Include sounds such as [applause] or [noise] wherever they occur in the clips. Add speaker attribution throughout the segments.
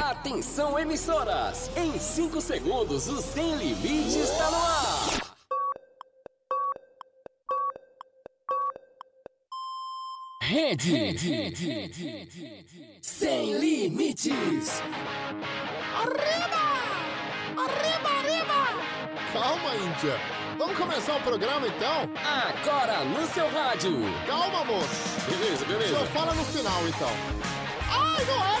Speaker 1: Atenção, emissoras! Em 5 segundos, o Sem Limite está no ar! Rede, Sem Limites!
Speaker 2: Calma, Índia. Vamos começar o programa então?
Speaker 1: Agora no seu rádio!
Speaker 2: Calma, moço.
Speaker 1: Beleza,
Speaker 2: Só fala no final então. Ai, não é?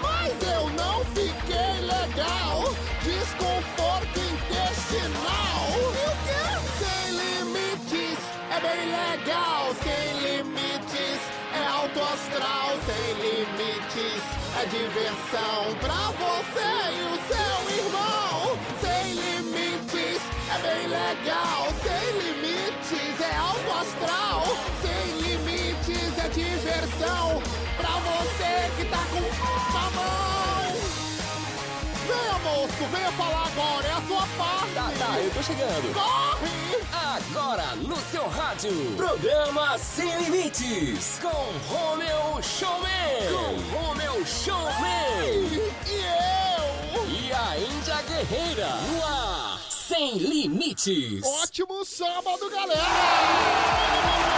Speaker 2: mas eu não fiquei legal. Desconforto intestinal. E o quê? Sem limites é bem legal. Sem limites é alto astral. Sem limites é diversão pra você e o seu irmão. Sem limites é bem legal. Sem limites é alto astral. Sem limites é diversão pra você que tá com a mão. Venha, moço, venha falar agora, é a sua parte.
Speaker 1: Tá, tá, eu tô chegando.
Speaker 2: Corre!
Speaker 1: Agora no seu rádio. Programa Sem Limites. Com Romeu Showman. Com Romeu Showman.
Speaker 2: E eu?
Speaker 1: E a Índia Guerreira. No ar. Sem Limites.
Speaker 2: Ótimo sábado, galera!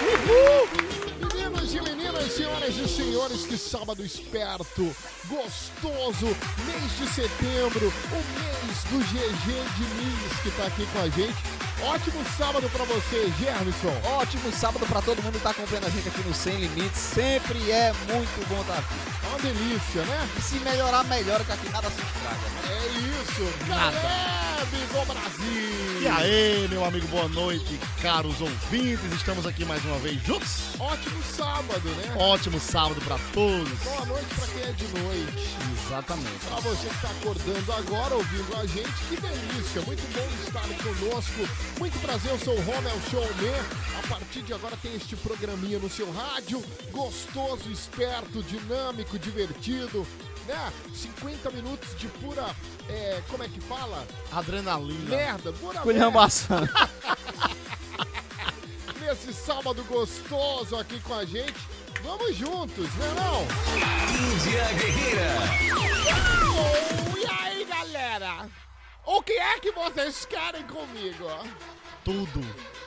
Speaker 2: Uhul! Meninos e meninas, senhoras e senhores, que sábado esperto, gostoso, mês de setembro, o mês do GG de Minas que tá aqui com a gente. Ótimo sábado pra você, Germison.
Speaker 3: Ótimo sábado pra todo mundo que tá acompanhando a gente aqui no Sem Limites. Sempre é muito bom estar aqui.
Speaker 2: É Uma delícia, né?
Speaker 3: E se melhorar, melhora, que aqui nada se estraga. né?
Speaker 2: É isso.
Speaker 3: Nada.
Speaker 2: Caleb do Brasil.
Speaker 4: E aí, meu amigo, boa noite, caros ouvintes. Estamos aqui mais uma vez juntos.
Speaker 2: Ótimo sábado, né?
Speaker 4: Ótimo sábado pra todos.
Speaker 2: Boa noite pra quem é de noite.
Speaker 4: Exatamente.
Speaker 2: Pra você que tá acordando agora, ouvindo a gente, que delícia! Muito bom estar conosco. Muito prazer, eu sou o Romel Showman. A partir de agora tem este programinha no seu rádio. Gostoso, esperto, dinâmico, divertido. Né? 50 minutos de pura. é, como é que fala?
Speaker 4: Adrenalina.
Speaker 2: Merda, pura merda.
Speaker 3: Culhambação.
Speaker 2: Nesse sábado gostoso aqui com a gente. Vamos juntos, né não?
Speaker 1: Índia Guerreira.
Speaker 2: Oh, e aí, galera? O que é que vocês querem comigo?
Speaker 4: Tudo.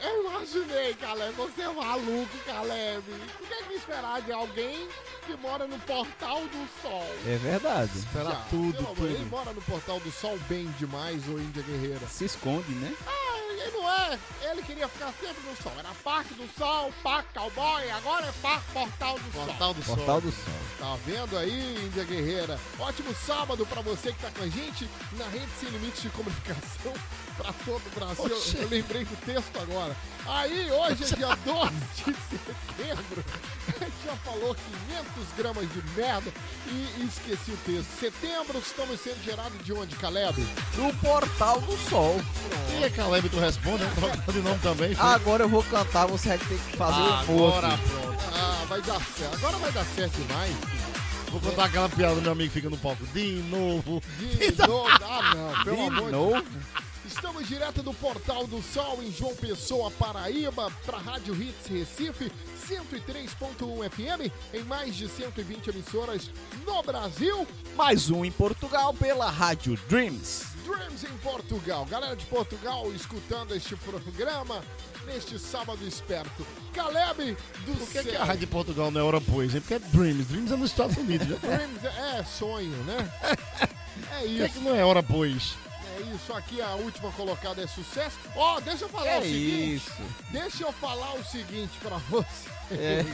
Speaker 2: Eu imaginei, Caleb, você é um maluco, Caleb. O que é que esperar de alguém que mora no Portal do Sol?
Speaker 3: É verdade.
Speaker 4: Espera
Speaker 2: Já,
Speaker 4: tudo,
Speaker 2: pelo amor,
Speaker 3: é
Speaker 2: Ele
Speaker 4: tudo.
Speaker 2: mora no Portal do Sol bem demais, ô Índia Guerreira.
Speaker 3: Se esconde, né?
Speaker 2: Ah, ele não é. Ele queria ficar sempre no Sol. Era Parque do Sol, Parque Cowboy, agora é Parque Portal do Sol.
Speaker 4: Portal do
Speaker 3: Portal
Speaker 4: Sol.
Speaker 3: do Sol.
Speaker 2: Tá vendo aí, Índia Guerreira? Ótimo sábado pra você que tá com a gente na Rede Sem Limites de Comunicação [laughs] pra todo o Brasil.
Speaker 4: Oxê.
Speaker 2: Eu lembrei do texto agora. Aí, hoje é dia 12 de setembro. Já falou 500 gramas de merda e esqueci o texto. Setembro, estamos sendo gerados de onde, Caleb?
Speaker 3: Do Portal do Sol.
Speaker 4: E é a Caleb, tu responde, né? Trocando de nome também. filho.
Speaker 3: Agora eu vou cantar, você vai ter que fazer um o
Speaker 4: Agora
Speaker 3: humor.
Speaker 4: pronto.
Speaker 2: Ah, vai dar certo. Agora vai dar certo demais.
Speaker 4: Vou contar aquela piada do meu amigo que fica no palco. De novo.
Speaker 2: De novo. Ah, não. Pelo amor de
Speaker 3: De novo?
Speaker 2: Estamos direto do Portal do Sol em João Pessoa, Paraíba, para Rádio Hits Recife, 103.1 FM, um em mais de 120 emissoras no Brasil,
Speaker 3: Mais um em Portugal pela Rádio Dreams.
Speaker 2: Dreams em Portugal. Galera de Portugal escutando este programa neste sábado esperto. Caleb do
Speaker 4: Por que,
Speaker 2: céu.
Speaker 4: que a Rádio de Portugal não é Hora Pois, hein? Porque é Dreams. Dreams é nos Estados Unidos. né?
Speaker 2: Dreams é sonho, né? É
Speaker 4: Por que,
Speaker 2: isso,
Speaker 4: que não é Hora Pois?
Speaker 2: é isso. Aqui a última colocada é sucesso. Ó, deixa eu falar o
Speaker 3: é
Speaker 2: seguinte.
Speaker 3: isso.
Speaker 2: Deixa eu falar o seguinte pra você.
Speaker 3: É.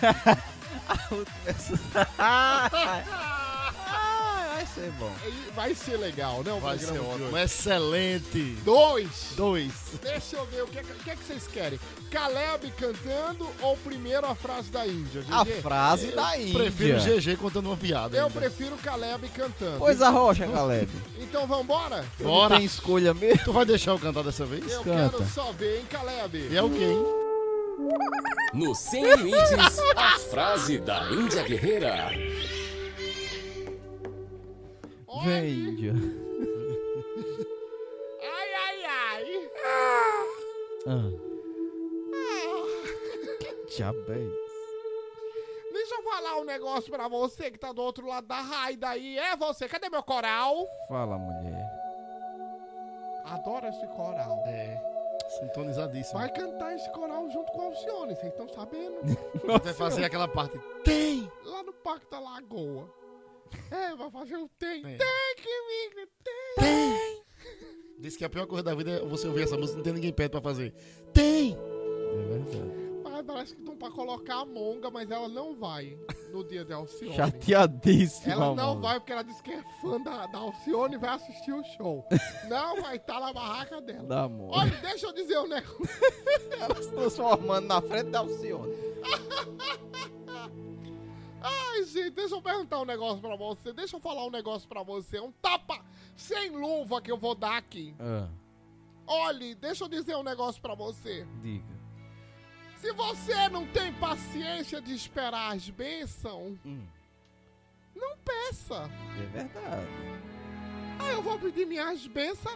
Speaker 3: A última- Ah, [laughs]
Speaker 2: Ah,
Speaker 3: vai ser ser bom.
Speaker 2: E Vai ser legal, não? o programa
Speaker 4: Vai ser
Speaker 2: de
Speaker 4: ótimo.
Speaker 2: hoje?
Speaker 4: Excelente.
Speaker 2: Dois.
Speaker 4: Dois.
Speaker 2: Deixa eu ver, o que, o que é que vocês querem? Caleb cantando ou primeiro a frase da Índia,
Speaker 3: A
Speaker 2: GG?
Speaker 3: frase da Índia.
Speaker 4: Prefiro GG contando uma piada.
Speaker 2: Eu
Speaker 4: ainda.
Speaker 2: prefiro Caleb cantando.
Speaker 3: Pois a rocha, Caleb.
Speaker 2: Então vambora?
Speaker 4: Bora.
Speaker 3: Não tem escolha mesmo.
Speaker 4: Tu vai deixar eu cantar dessa vez?
Speaker 2: Eu
Speaker 3: Canta.
Speaker 2: quero só ver, hein, Caleb?
Speaker 4: E é o quê, hein?
Speaker 1: No Sem Limites, a frase da Índia Guerreira.
Speaker 3: Vem, Índia.
Speaker 2: Ai, ai, ai.
Speaker 3: Ah. Que diabo é isso?
Speaker 2: Deixa eu falar um negócio pra você que tá do outro lado da raida aí. É você, cadê meu coral?
Speaker 3: Fala, mulher.
Speaker 2: Adoro esse coral.
Speaker 4: É. Sintonizadíssimo.
Speaker 2: Vai cantar esse coral junto com a Alcione, vocês estão sabendo?
Speaker 4: Vai fazer aquela parte. Tem!
Speaker 2: Lá no Parque da Lagoa. É, vai fazer o tem.
Speaker 4: Tem.
Speaker 2: Tem né? comigo, tem.
Speaker 4: Tem! Diz que a pior coisa da vida é você ouvir essa música e não tem ninguém perto pra fazer. Tem!
Speaker 3: É verdade.
Speaker 2: Mas parece que estão pra colocar a monga, mas ela não vai no dia da Alcione.
Speaker 3: Chateadíssimo.
Speaker 2: Ela não
Speaker 3: amor.
Speaker 2: vai porque ela disse que é fã da, da Alcione e vai assistir o show. Não vai estar na barraca dela.
Speaker 3: Dá amor.
Speaker 2: Olha, deixa eu dizer um negócio.
Speaker 3: Ela se transformando na frente da Alcione.
Speaker 2: Ai, gente, deixa eu perguntar um negócio pra você. Deixa eu falar um negócio pra você. Um tapa sem luva que eu vou dar aqui.
Speaker 3: Ah,
Speaker 2: Olhe, deixa eu dizer um negócio pra você.
Speaker 3: diga.
Speaker 2: Se você não tem paciência de esperar as bênçãos,
Speaker 3: Hum,
Speaker 2: não peça.
Speaker 3: é verdade.
Speaker 2: Ah, eu vou pedir minhas bênçãos.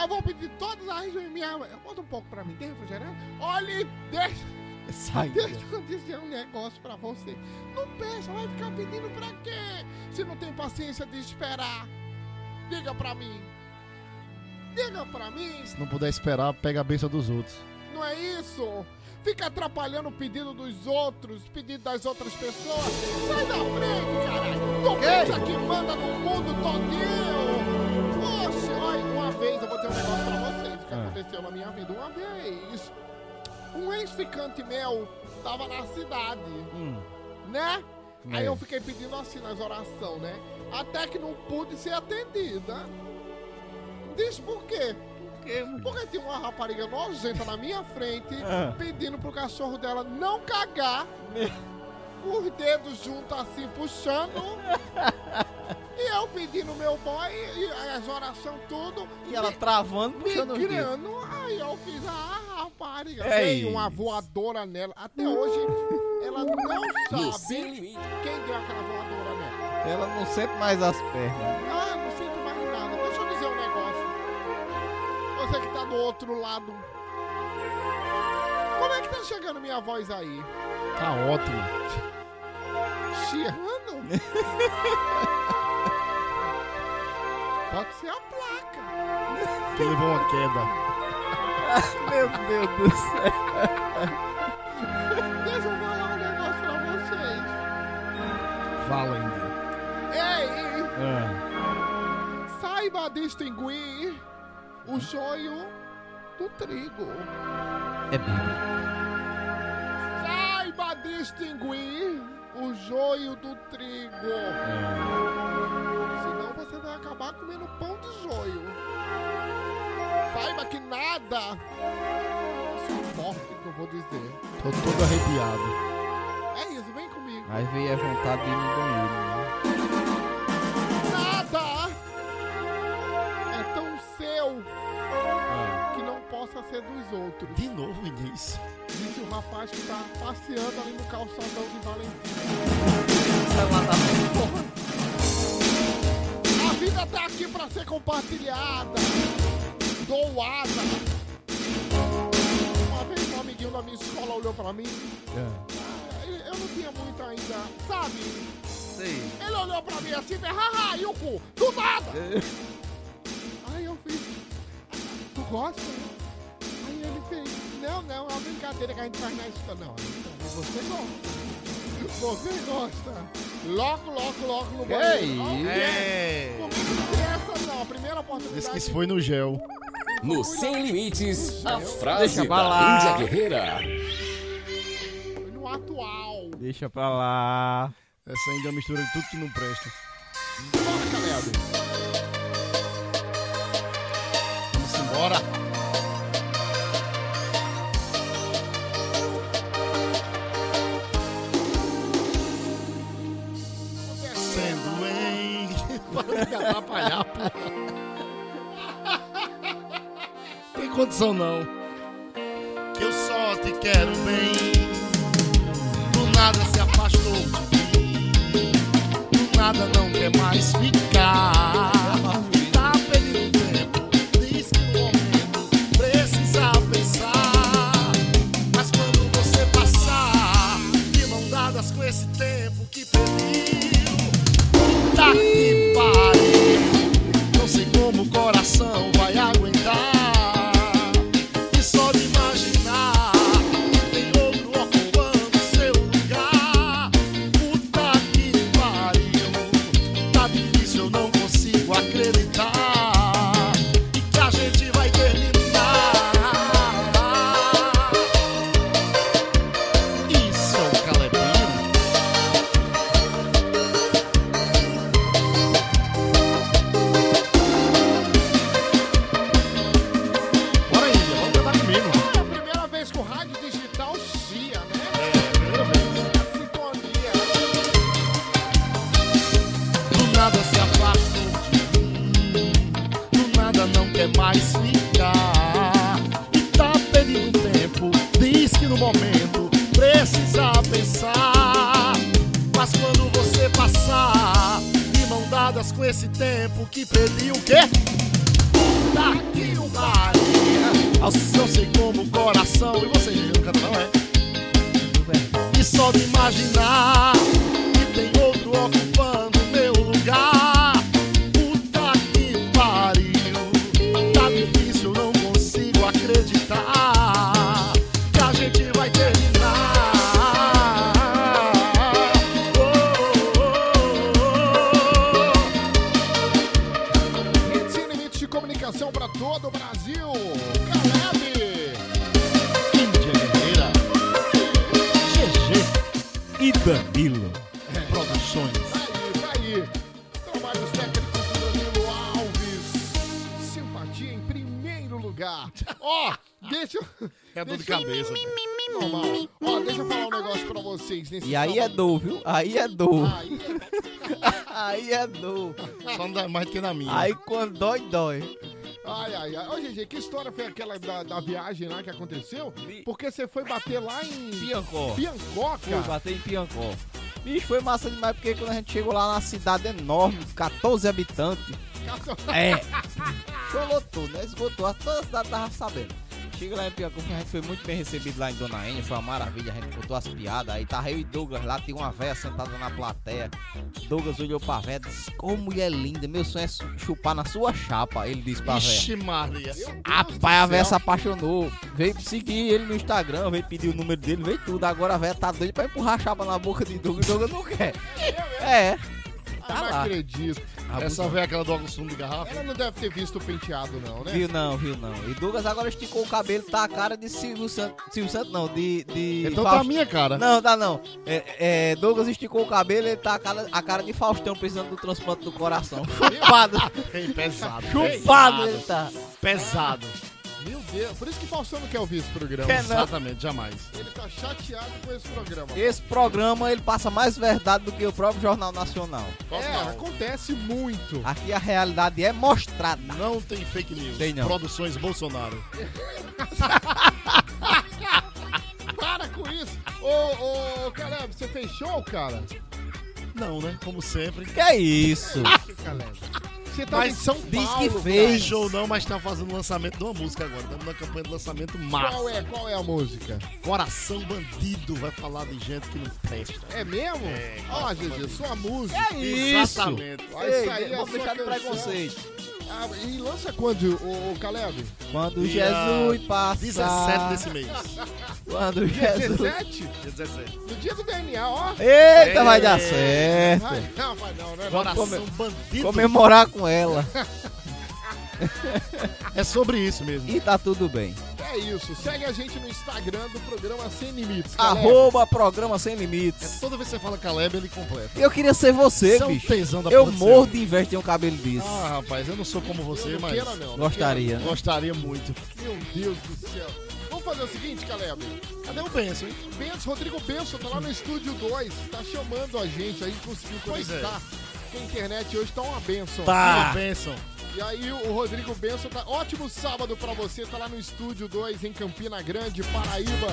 Speaker 2: Eu vou pedir todas as minhas. Bota um pouco pra mim, tem refrigerante? Olhe, deixa. [laughs]
Speaker 3: Sai.
Speaker 2: Deixa eu dizer um negócio pra você. Não peça, vai ficar pedindo pra quê? Se não tem paciência de esperar. Diga pra mim. Diga pra mim,
Speaker 4: Se não puder esperar, pega a benção dos outros.
Speaker 2: não é isso? Fica atrapalhando o pedido dos outros, o pedido das outras pessoas. Sai da frente, caralho. Tu pensa que manda no mundo todinho. Poxa, olha, uma vez eu vou ter um negócio pra vocês que
Speaker 3: Ah.
Speaker 2: aconteceu na minha vida. Uma vez, um ex-ficante meu tava na cidade
Speaker 3: Hum,
Speaker 2: né? Aí
Speaker 3: É.
Speaker 2: eu fiquei pedindo assim nas orações, né? Até que não pude ser atendida. Diz por quê? Porque tinha uma rapariga nojenta na minha frente
Speaker 3: Ah.
Speaker 2: pedindo pro cachorro dela não
Speaker 3: [laughs]
Speaker 2: cagar. com Os dedos juntos assim, puxando. e eu pedindo meu boy, e as orações tudo.
Speaker 3: E ela travando, puxando o dedo.
Speaker 2: Migrando, aí eu fiz a rapariga.
Speaker 3: É
Speaker 2: Dei uma
Speaker 3: isso.
Speaker 2: voadora nela. Até hoje, ela não
Speaker 1: No
Speaker 2: sabe
Speaker 1: Sem Limites.
Speaker 2: quem deu aquela voadora nela.
Speaker 3: Ela não sente mais as pernas.
Speaker 2: Ah, não sinto mais nada. Deixa eu dizer um negócio. Você que tá do outro lado. Como é que tá chegando minha voz aí?
Speaker 4: Tá ótimo.
Speaker 2: Chiando? Pode ser a placa.
Speaker 4: Tu levou uma queda.
Speaker 3: Meu Deus do céu.
Speaker 2: Deixa eu falar um negócio pra
Speaker 4: Fala ainda.
Speaker 2: vocês. Ei!
Speaker 3: Ah.
Speaker 2: Saiba distinguir o joio do trigo.
Speaker 3: É bíblico.
Speaker 2: Saiba distinguir o joio do trigo. Senão você vai acabar comendo pão de joio. Saiba que nada suporte o que eu vou dizer.
Speaker 4: Tô todo arrepiado.
Speaker 2: É isso, vem comigo.
Speaker 3: Aí veio a vontade de ir no banheiro. né?
Speaker 2: Nada é tão seu
Speaker 3: Né?
Speaker 2: que não possa ser dos outros.
Speaker 4: De novo, início.
Speaker 2: Disse o rapaz que tá passeando ali no calçadão de Valentim. A vida tá aqui pra ser compartilhada, doada. Uma vez um amiguinho da minha escola olhou pra mim, eu não tinha muito ainda, sabe?
Speaker 3: Sei.
Speaker 2: Ele olhou pra mim assim, fez, haha, Yuko, do nada! Aí eu fiz, tu gosta? né?" Aí ele fez, não, não, é uma brincadeira que a gente faz na escola. Não, você gosta. Você gosta. Logo, logo, logo no banheiro.
Speaker 3: isso?
Speaker 4: É.
Speaker 2: Comigo não tem essa não, a primeira
Speaker 4: Diz que
Speaker 2: oportunidade.
Speaker 4: isso foi no gel.
Speaker 1: No Sem Limites, a
Speaker 3: Deixa
Speaker 1: frase
Speaker 3: pra lá.
Speaker 1: da Índia Guerreira.
Speaker 2: Foi no atual.
Speaker 3: Deixa pra lá.
Speaker 4: Essa ainda é uma mistura de tudo que não presta.
Speaker 2: Bora, Caleb.
Speaker 4: [laughs] Para de me atrapalhar, porra. [laughs] Tem condição não. Que eu só te quero bem. Do nada se afastou de mim. Do nada não quer mais ficar. Tá perdendo tempo. Diz que o momento precisa pensar. Mas quando você passar, de mão dadas com esse tempo que perdeu. Puta Tá que pariu Não sei como o coração vai aguentar E só de imaginar que Tem outro ocupando seu lugar Puta que pariu Tá difícil, eu não consigo acreditar E que a gente vai terminar Isso é o Calebinho Bora aí, vamos cantar comigo.
Speaker 2: É a primeira vez que o rádio digital chia, né?
Speaker 3: É,
Speaker 2: A sintonia.
Speaker 4: Do nada se afasta de mim, do nada não quer mais ficar. E tá perdendo tempo, diz que no momento precisa pensar. Mas quando você passar, de mão dadas com esse tempo que perdi o quê? Puta que o pariu. Ao seu sei como o coração. E você, gente, não canta não, é? E só de imaginar que tem outro ocupando meu lugar. Puta que pariu, tá difícil, não consigo acreditar que a gente vai terminar. Oh,
Speaker 2: Retiro e Hits de comunicação pra todo o Brasil. Caleb.
Speaker 4: oh, oh. Índia Guerreira, GG
Speaker 5: E Danilo.
Speaker 4: Produções.
Speaker 2: Tá aí, tá aí. Trabalhos técnicos do Danilo Alves. Simpatia em primeiro lugar. Ó, deixa eu.
Speaker 4: É dor de
Speaker 2: deixa eu-
Speaker 4: cabeça.
Speaker 2: Normal. Ó, deixa eu falar um negócio pra vocês. Nesse
Speaker 3: E aí é
Speaker 2: sábado.
Speaker 3: dor, viu? Aí é dor.
Speaker 2: Aí é
Speaker 3: Aí é dor.
Speaker 4: Só não dá mais do que na minha.
Speaker 3: Aí quando dói, dói.
Speaker 2: Ai, ai, ai. Ô, GG, que história foi aquela da, da viagem lá que aconteceu? Porque você foi bater lá em
Speaker 5: Piancó.
Speaker 2: Piancó,
Speaker 3: Fui
Speaker 2: cara.
Speaker 3: bater em Piancó. Bicho, foi massa demais porque quando a gente chegou lá na cidade é enorme, 14 habitantes,
Speaker 5: É.
Speaker 3: foi lotou, né? Esgotou, a toda a cidade tava sabendo. Chega lá em Piancó, a gente foi muito bem recebido lá em Dona Enia, foi uma maravilha, a gente contou as piadas, aí tava eu e Douglas lá, tinha uma véia sentada na plateia. Douglas olhou pra véia e disse, ô mulher linda, meu sonho é su- chupar na sua chapa, ele disse pra véia.
Speaker 4: Ixi, Maria.
Speaker 3: Rapaz, a véia se apaixonou. Veio seguir ele no Instagram, veio pedir o número dele, veio tudo. Agora a véia tá doida pra empurrar a chapa na boca de Douglas. Douglas não quer. É. Tá
Speaker 2: não
Speaker 3: lá.
Speaker 2: acredito.
Speaker 4: Essa velha aquela do óculos fundo de garrafa.
Speaker 2: Ela não deve ter visto o penteado, não, né?
Speaker 3: Viu É. não, viu não. E Douglas agora esticou o cabelo, tá a cara de Silvio Santos. Silvio Santos não, de. de
Speaker 4: Então tá a
Speaker 3: Faust-
Speaker 4: minha cara.
Speaker 3: Não, tá não. É, é, Douglas esticou o cabelo, ele tá a cara, a cara de Faustão precisando do transplante do
Speaker 4: [laughs]
Speaker 3: coração. Chupado.
Speaker 4: Ei, pesado.
Speaker 3: Chupado ele tá.
Speaker 4: Pesado.
Speaker 2: Meu Deus. Por isso que Faustão não quer ouvir esse programa.
Speaker 3: Quer não.
Speaker 4: Exatamente, jamais.
Speaker 2: Ele tá chateado com esse programa.
Speaker 3: Esse programa ele passa mais verdade do que o próprio Jornal Nacional.
Speaker 2: É, acontece muito.
Speaker 3: Aqui a realidade é mostrada.
Speaker 4: Não tem fake news.
Speaker 3: Tem não.
Speaker 4: Produções Bolsonaro.
Speaker 2: Para com isso. Ô, ô, Caleb, você fez show, cara?
Speaker 4: Não, né? Como sempre.
Speaker 3: Que [laughs] isso?
Speaker 2: Caleb. Você tá
Speaker 4: Mas
Speaker 2: em São Paulo.
Speaker 3: diz que
Speaker 2: cara.
Speaker 3: fez.
Speaker 4: Show não, mas tá fazendo lançamento de uma música agora. Estamos na campanha de lançamento
Speaker 2: Qual
Speaker 4: massa.
Speaker 2: é, qual é a música?
Speaker 4: Coração Bandido vai falar de gente que não presta.
Speaker 2: É mesmo?
Speaker 4: É,
Speaker 2: Ó,
Speaker 4: quase
Speaker 2: GG, sua
Speaker 3: É
Speaker 2: música.
Speaker 3: Isso.
Speaker 4: Exatamente.
Speaker 2: Vai sair
Speaker 4: é
Speaker 2: a
Speaker 3: vamos
Speaker 2: sua
Speaker 3: deixar de
Speaker 2: canção.
Speaker 3: preconceito.
Speaker 2: Ah, e lança quando, ô, ô, Caleb?
Speaker 3: Quando
Speaker 4: Dia
Speaker 3: Jesus passar.
Speaker 4: 17 desse mês. [laughs]
Speaker 3: Quando
Speaker 2: Dia
Speaker 3: Jesus.
Speaker 2: 17?
Speaker 4: Dia 17.
Speaker 2: No dia do DNA, ó.
Speaker 3: Eita, vai dar
Speaker 4: É.
Speaker 2: Vai,
Speaker 3: certo.
Speaker 2: não, vai não, né?
Speaker 4: Coração
Speaker 3: come-
Speaker 4: Bandido.
Speaker 3: Comemorar com ela.
Speaker 4: É sobre isso mesmo.
Speaker 3: E tá tudo bem.
Speaker 2: É isso. Segue a gente no Instagram do programa Sem Limites. Caleb.
Speaker 3: Arroba programa sem
Speaker 4: É
Speaker 3: limites.
Speaker 4: toda vez que você fala Caleb, ele completa.
Speaker 3: Eu queria ser você,
Speaker 4: Você é um
Speaker 3: bicho.
Speaker 4: tesão da
Speaker 3: Eu
Speaker 4: porra de
Speaker 3: morro de inveja de ter um cabelo
Speaker 4: ser.
Speaker 3: desse.
Speaker 4: Ah, rapaz, eu não sou como
Speaker 2: Eu
Speaker 4: você,
Speaker 2: não
Speaker 4: mas
Speaker 2: queira, não.
Speaker 3: Gostaria.
Speaker 4: gostaria muito.
Speaker 2: Meu Deus do céu. Vamos fazer o seguinte, Caleb.
Speaker 4: Cadê o Benção, hein?
Speaker 2: Benz, Rodrigo Benson tá lá no estúdio 2. Tá chamando a gente aí, conseguiu
Speaker 4: Pois é.
Speaker 2: conectar. que a internet hoje tá uma benção.
Speaker 5: Tá.
Speaker 3: Ah.
Speaker 4: Uma bênção.
Speaker 2: E aí o Rodrigo Benção tá. Ótimo sábado pra você, tá lá no Estúdio 2 em Campina Grande, Paraíba.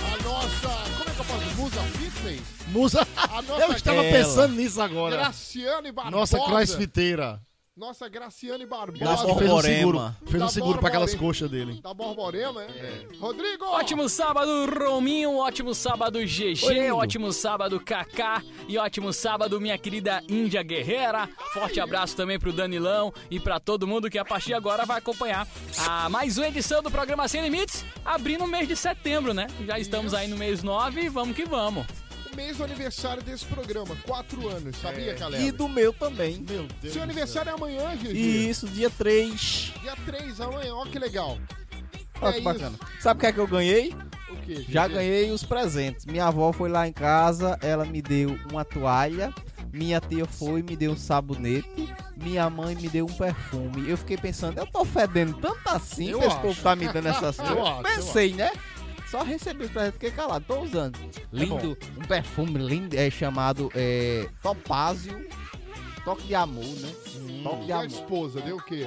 Speaker 2: A nossa. Como é que eu posso? Musa Fitness?
Speaker 4: Musa.
Speaker 2: A nossa
Speaker 4: Eu estava
Speaker 5: Ela.
Speaker 4: pensando nisso agora.
Speaker 2: Graciane Barbosa.
Speaker 4: Nossa crossfiteira.
Speaker 2: Nossa Graciane
Speaker 3: Da
Speaker 2: Barbosa.
Speaker 4: Acho que fez um
Speaker 3: Borborema.
Speaker 4: seguro. Fez um
Speaker 2: Da
Speaker 4: seguro pra aquelas
Speaker 2: Borborema.
Speaker 4: coxas dele.
Speaker 2: Da Borborema, né?
Speaker 4: É.
Speaker 2: Rodrigo!
Speaker 6: Ótimo sábado, Rominho. Ótimo sábado, GG.
Speaker 4: Oi, lindo.
Speaker 6: ótimo sábado, Kaká. E ótimo sábado, minha querida Índia Guerreira. Forte abraço também pro Danilão e pra todo mundo que a partir de agora vai acompanhar a mais uma edição do programa Sem Limites, abrindo o mês de setembro, né? Já estamos aí no mês 9 e vamos que vamos.
Speaker 2: O mês do aniversário desse programa, quatro anos,
Speaker 4: É.
Speaker 2: sabia, galera?
Speaker 3: E do meu também.
Speaker 4: Meu Deus.
Speaker 2: Seu aniversário é amanhã, Gigi.
Speaker 3: Isso, dia 3.
Speaker 2: Dia 3 amanhã, ó que legal.
Speaker 3: Olha que bacana.
Speaker 2: Tá
Speaker 3: Sabe o que é que eu ganhei?
Speaker 2: Isso. O quê, Gigi?
Speaker 3: Já ganhei os presentes. Minha avó foi lá em casa, ela me deu uma toalha. Minha tia foi e me deu um sabonete. Minha mãe me deu um perfume. Eu fiquei pensando, eu tô fedendo tanto assim
Speaker 2: Eu
Speaker 3: que esse
Speaker 2: acho.
Speaker 3: povo tá me dando [laughs] essas
Speaker 2: Eu
Speaker 3: coisas.
Speaker 2: acho, eu
Speaker 3: Pensei, né? Só recebi os presentes, fiquei calado, tô usando. Lindo, um perfume lindo, é chamado é, Topázio. Toque de amor, né? Toque
Speaker 2: E
Speaker 3: de
Speaker 2: a
Speaker 3: amor.
Speaker 2: esposa, deu o quê?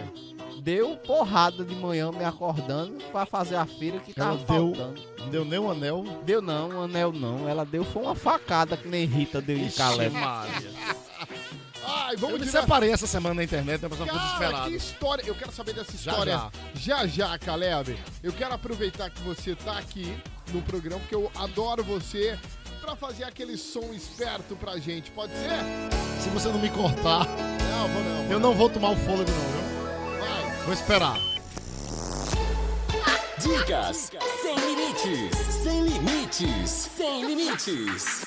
Speaker 3: Deu porrada de manhã me acordando pra fazer a feira que
Speaker 4: Ela
Speaker 3: tava
Speaker 4: deu-
Speaker 3: faltando.
Speaker 4: Não deu nem um anel.
Speaker 3: Deu não, um anel não. Ela deu foi uma facada que nem Rita deu em Caleb.
Speaker 2: Ai,
Speaker 4: Eu
Speaker 2: vamos
Speaker 4: me
Speaker 2: direto-
Speaker 4: separei essa semana na internet, né? Pessoal,
Speaker 2: Cara,
Speaker 4: ficou desesperado.
Speaker 2: que história. Eu quero saber dessa
Speaker 4: Já,
Speaker 2: história. Já, já, Caleb. Eu quero aproveitar que você tá aqui no programa, porque eu adoro você, pra fazer aquele som esperto pra gente. Pode ser?
Speaker 4: Se você não me cortar,
Speaker 2: Não, vou não.
Speaker 4: eu não vou tomar o fôlego, não,
Speaker 2: Vai.
Speaker 4: viu? Vou esperar.
Speaker 1: Dicas sem limites, sem limites, sem limites.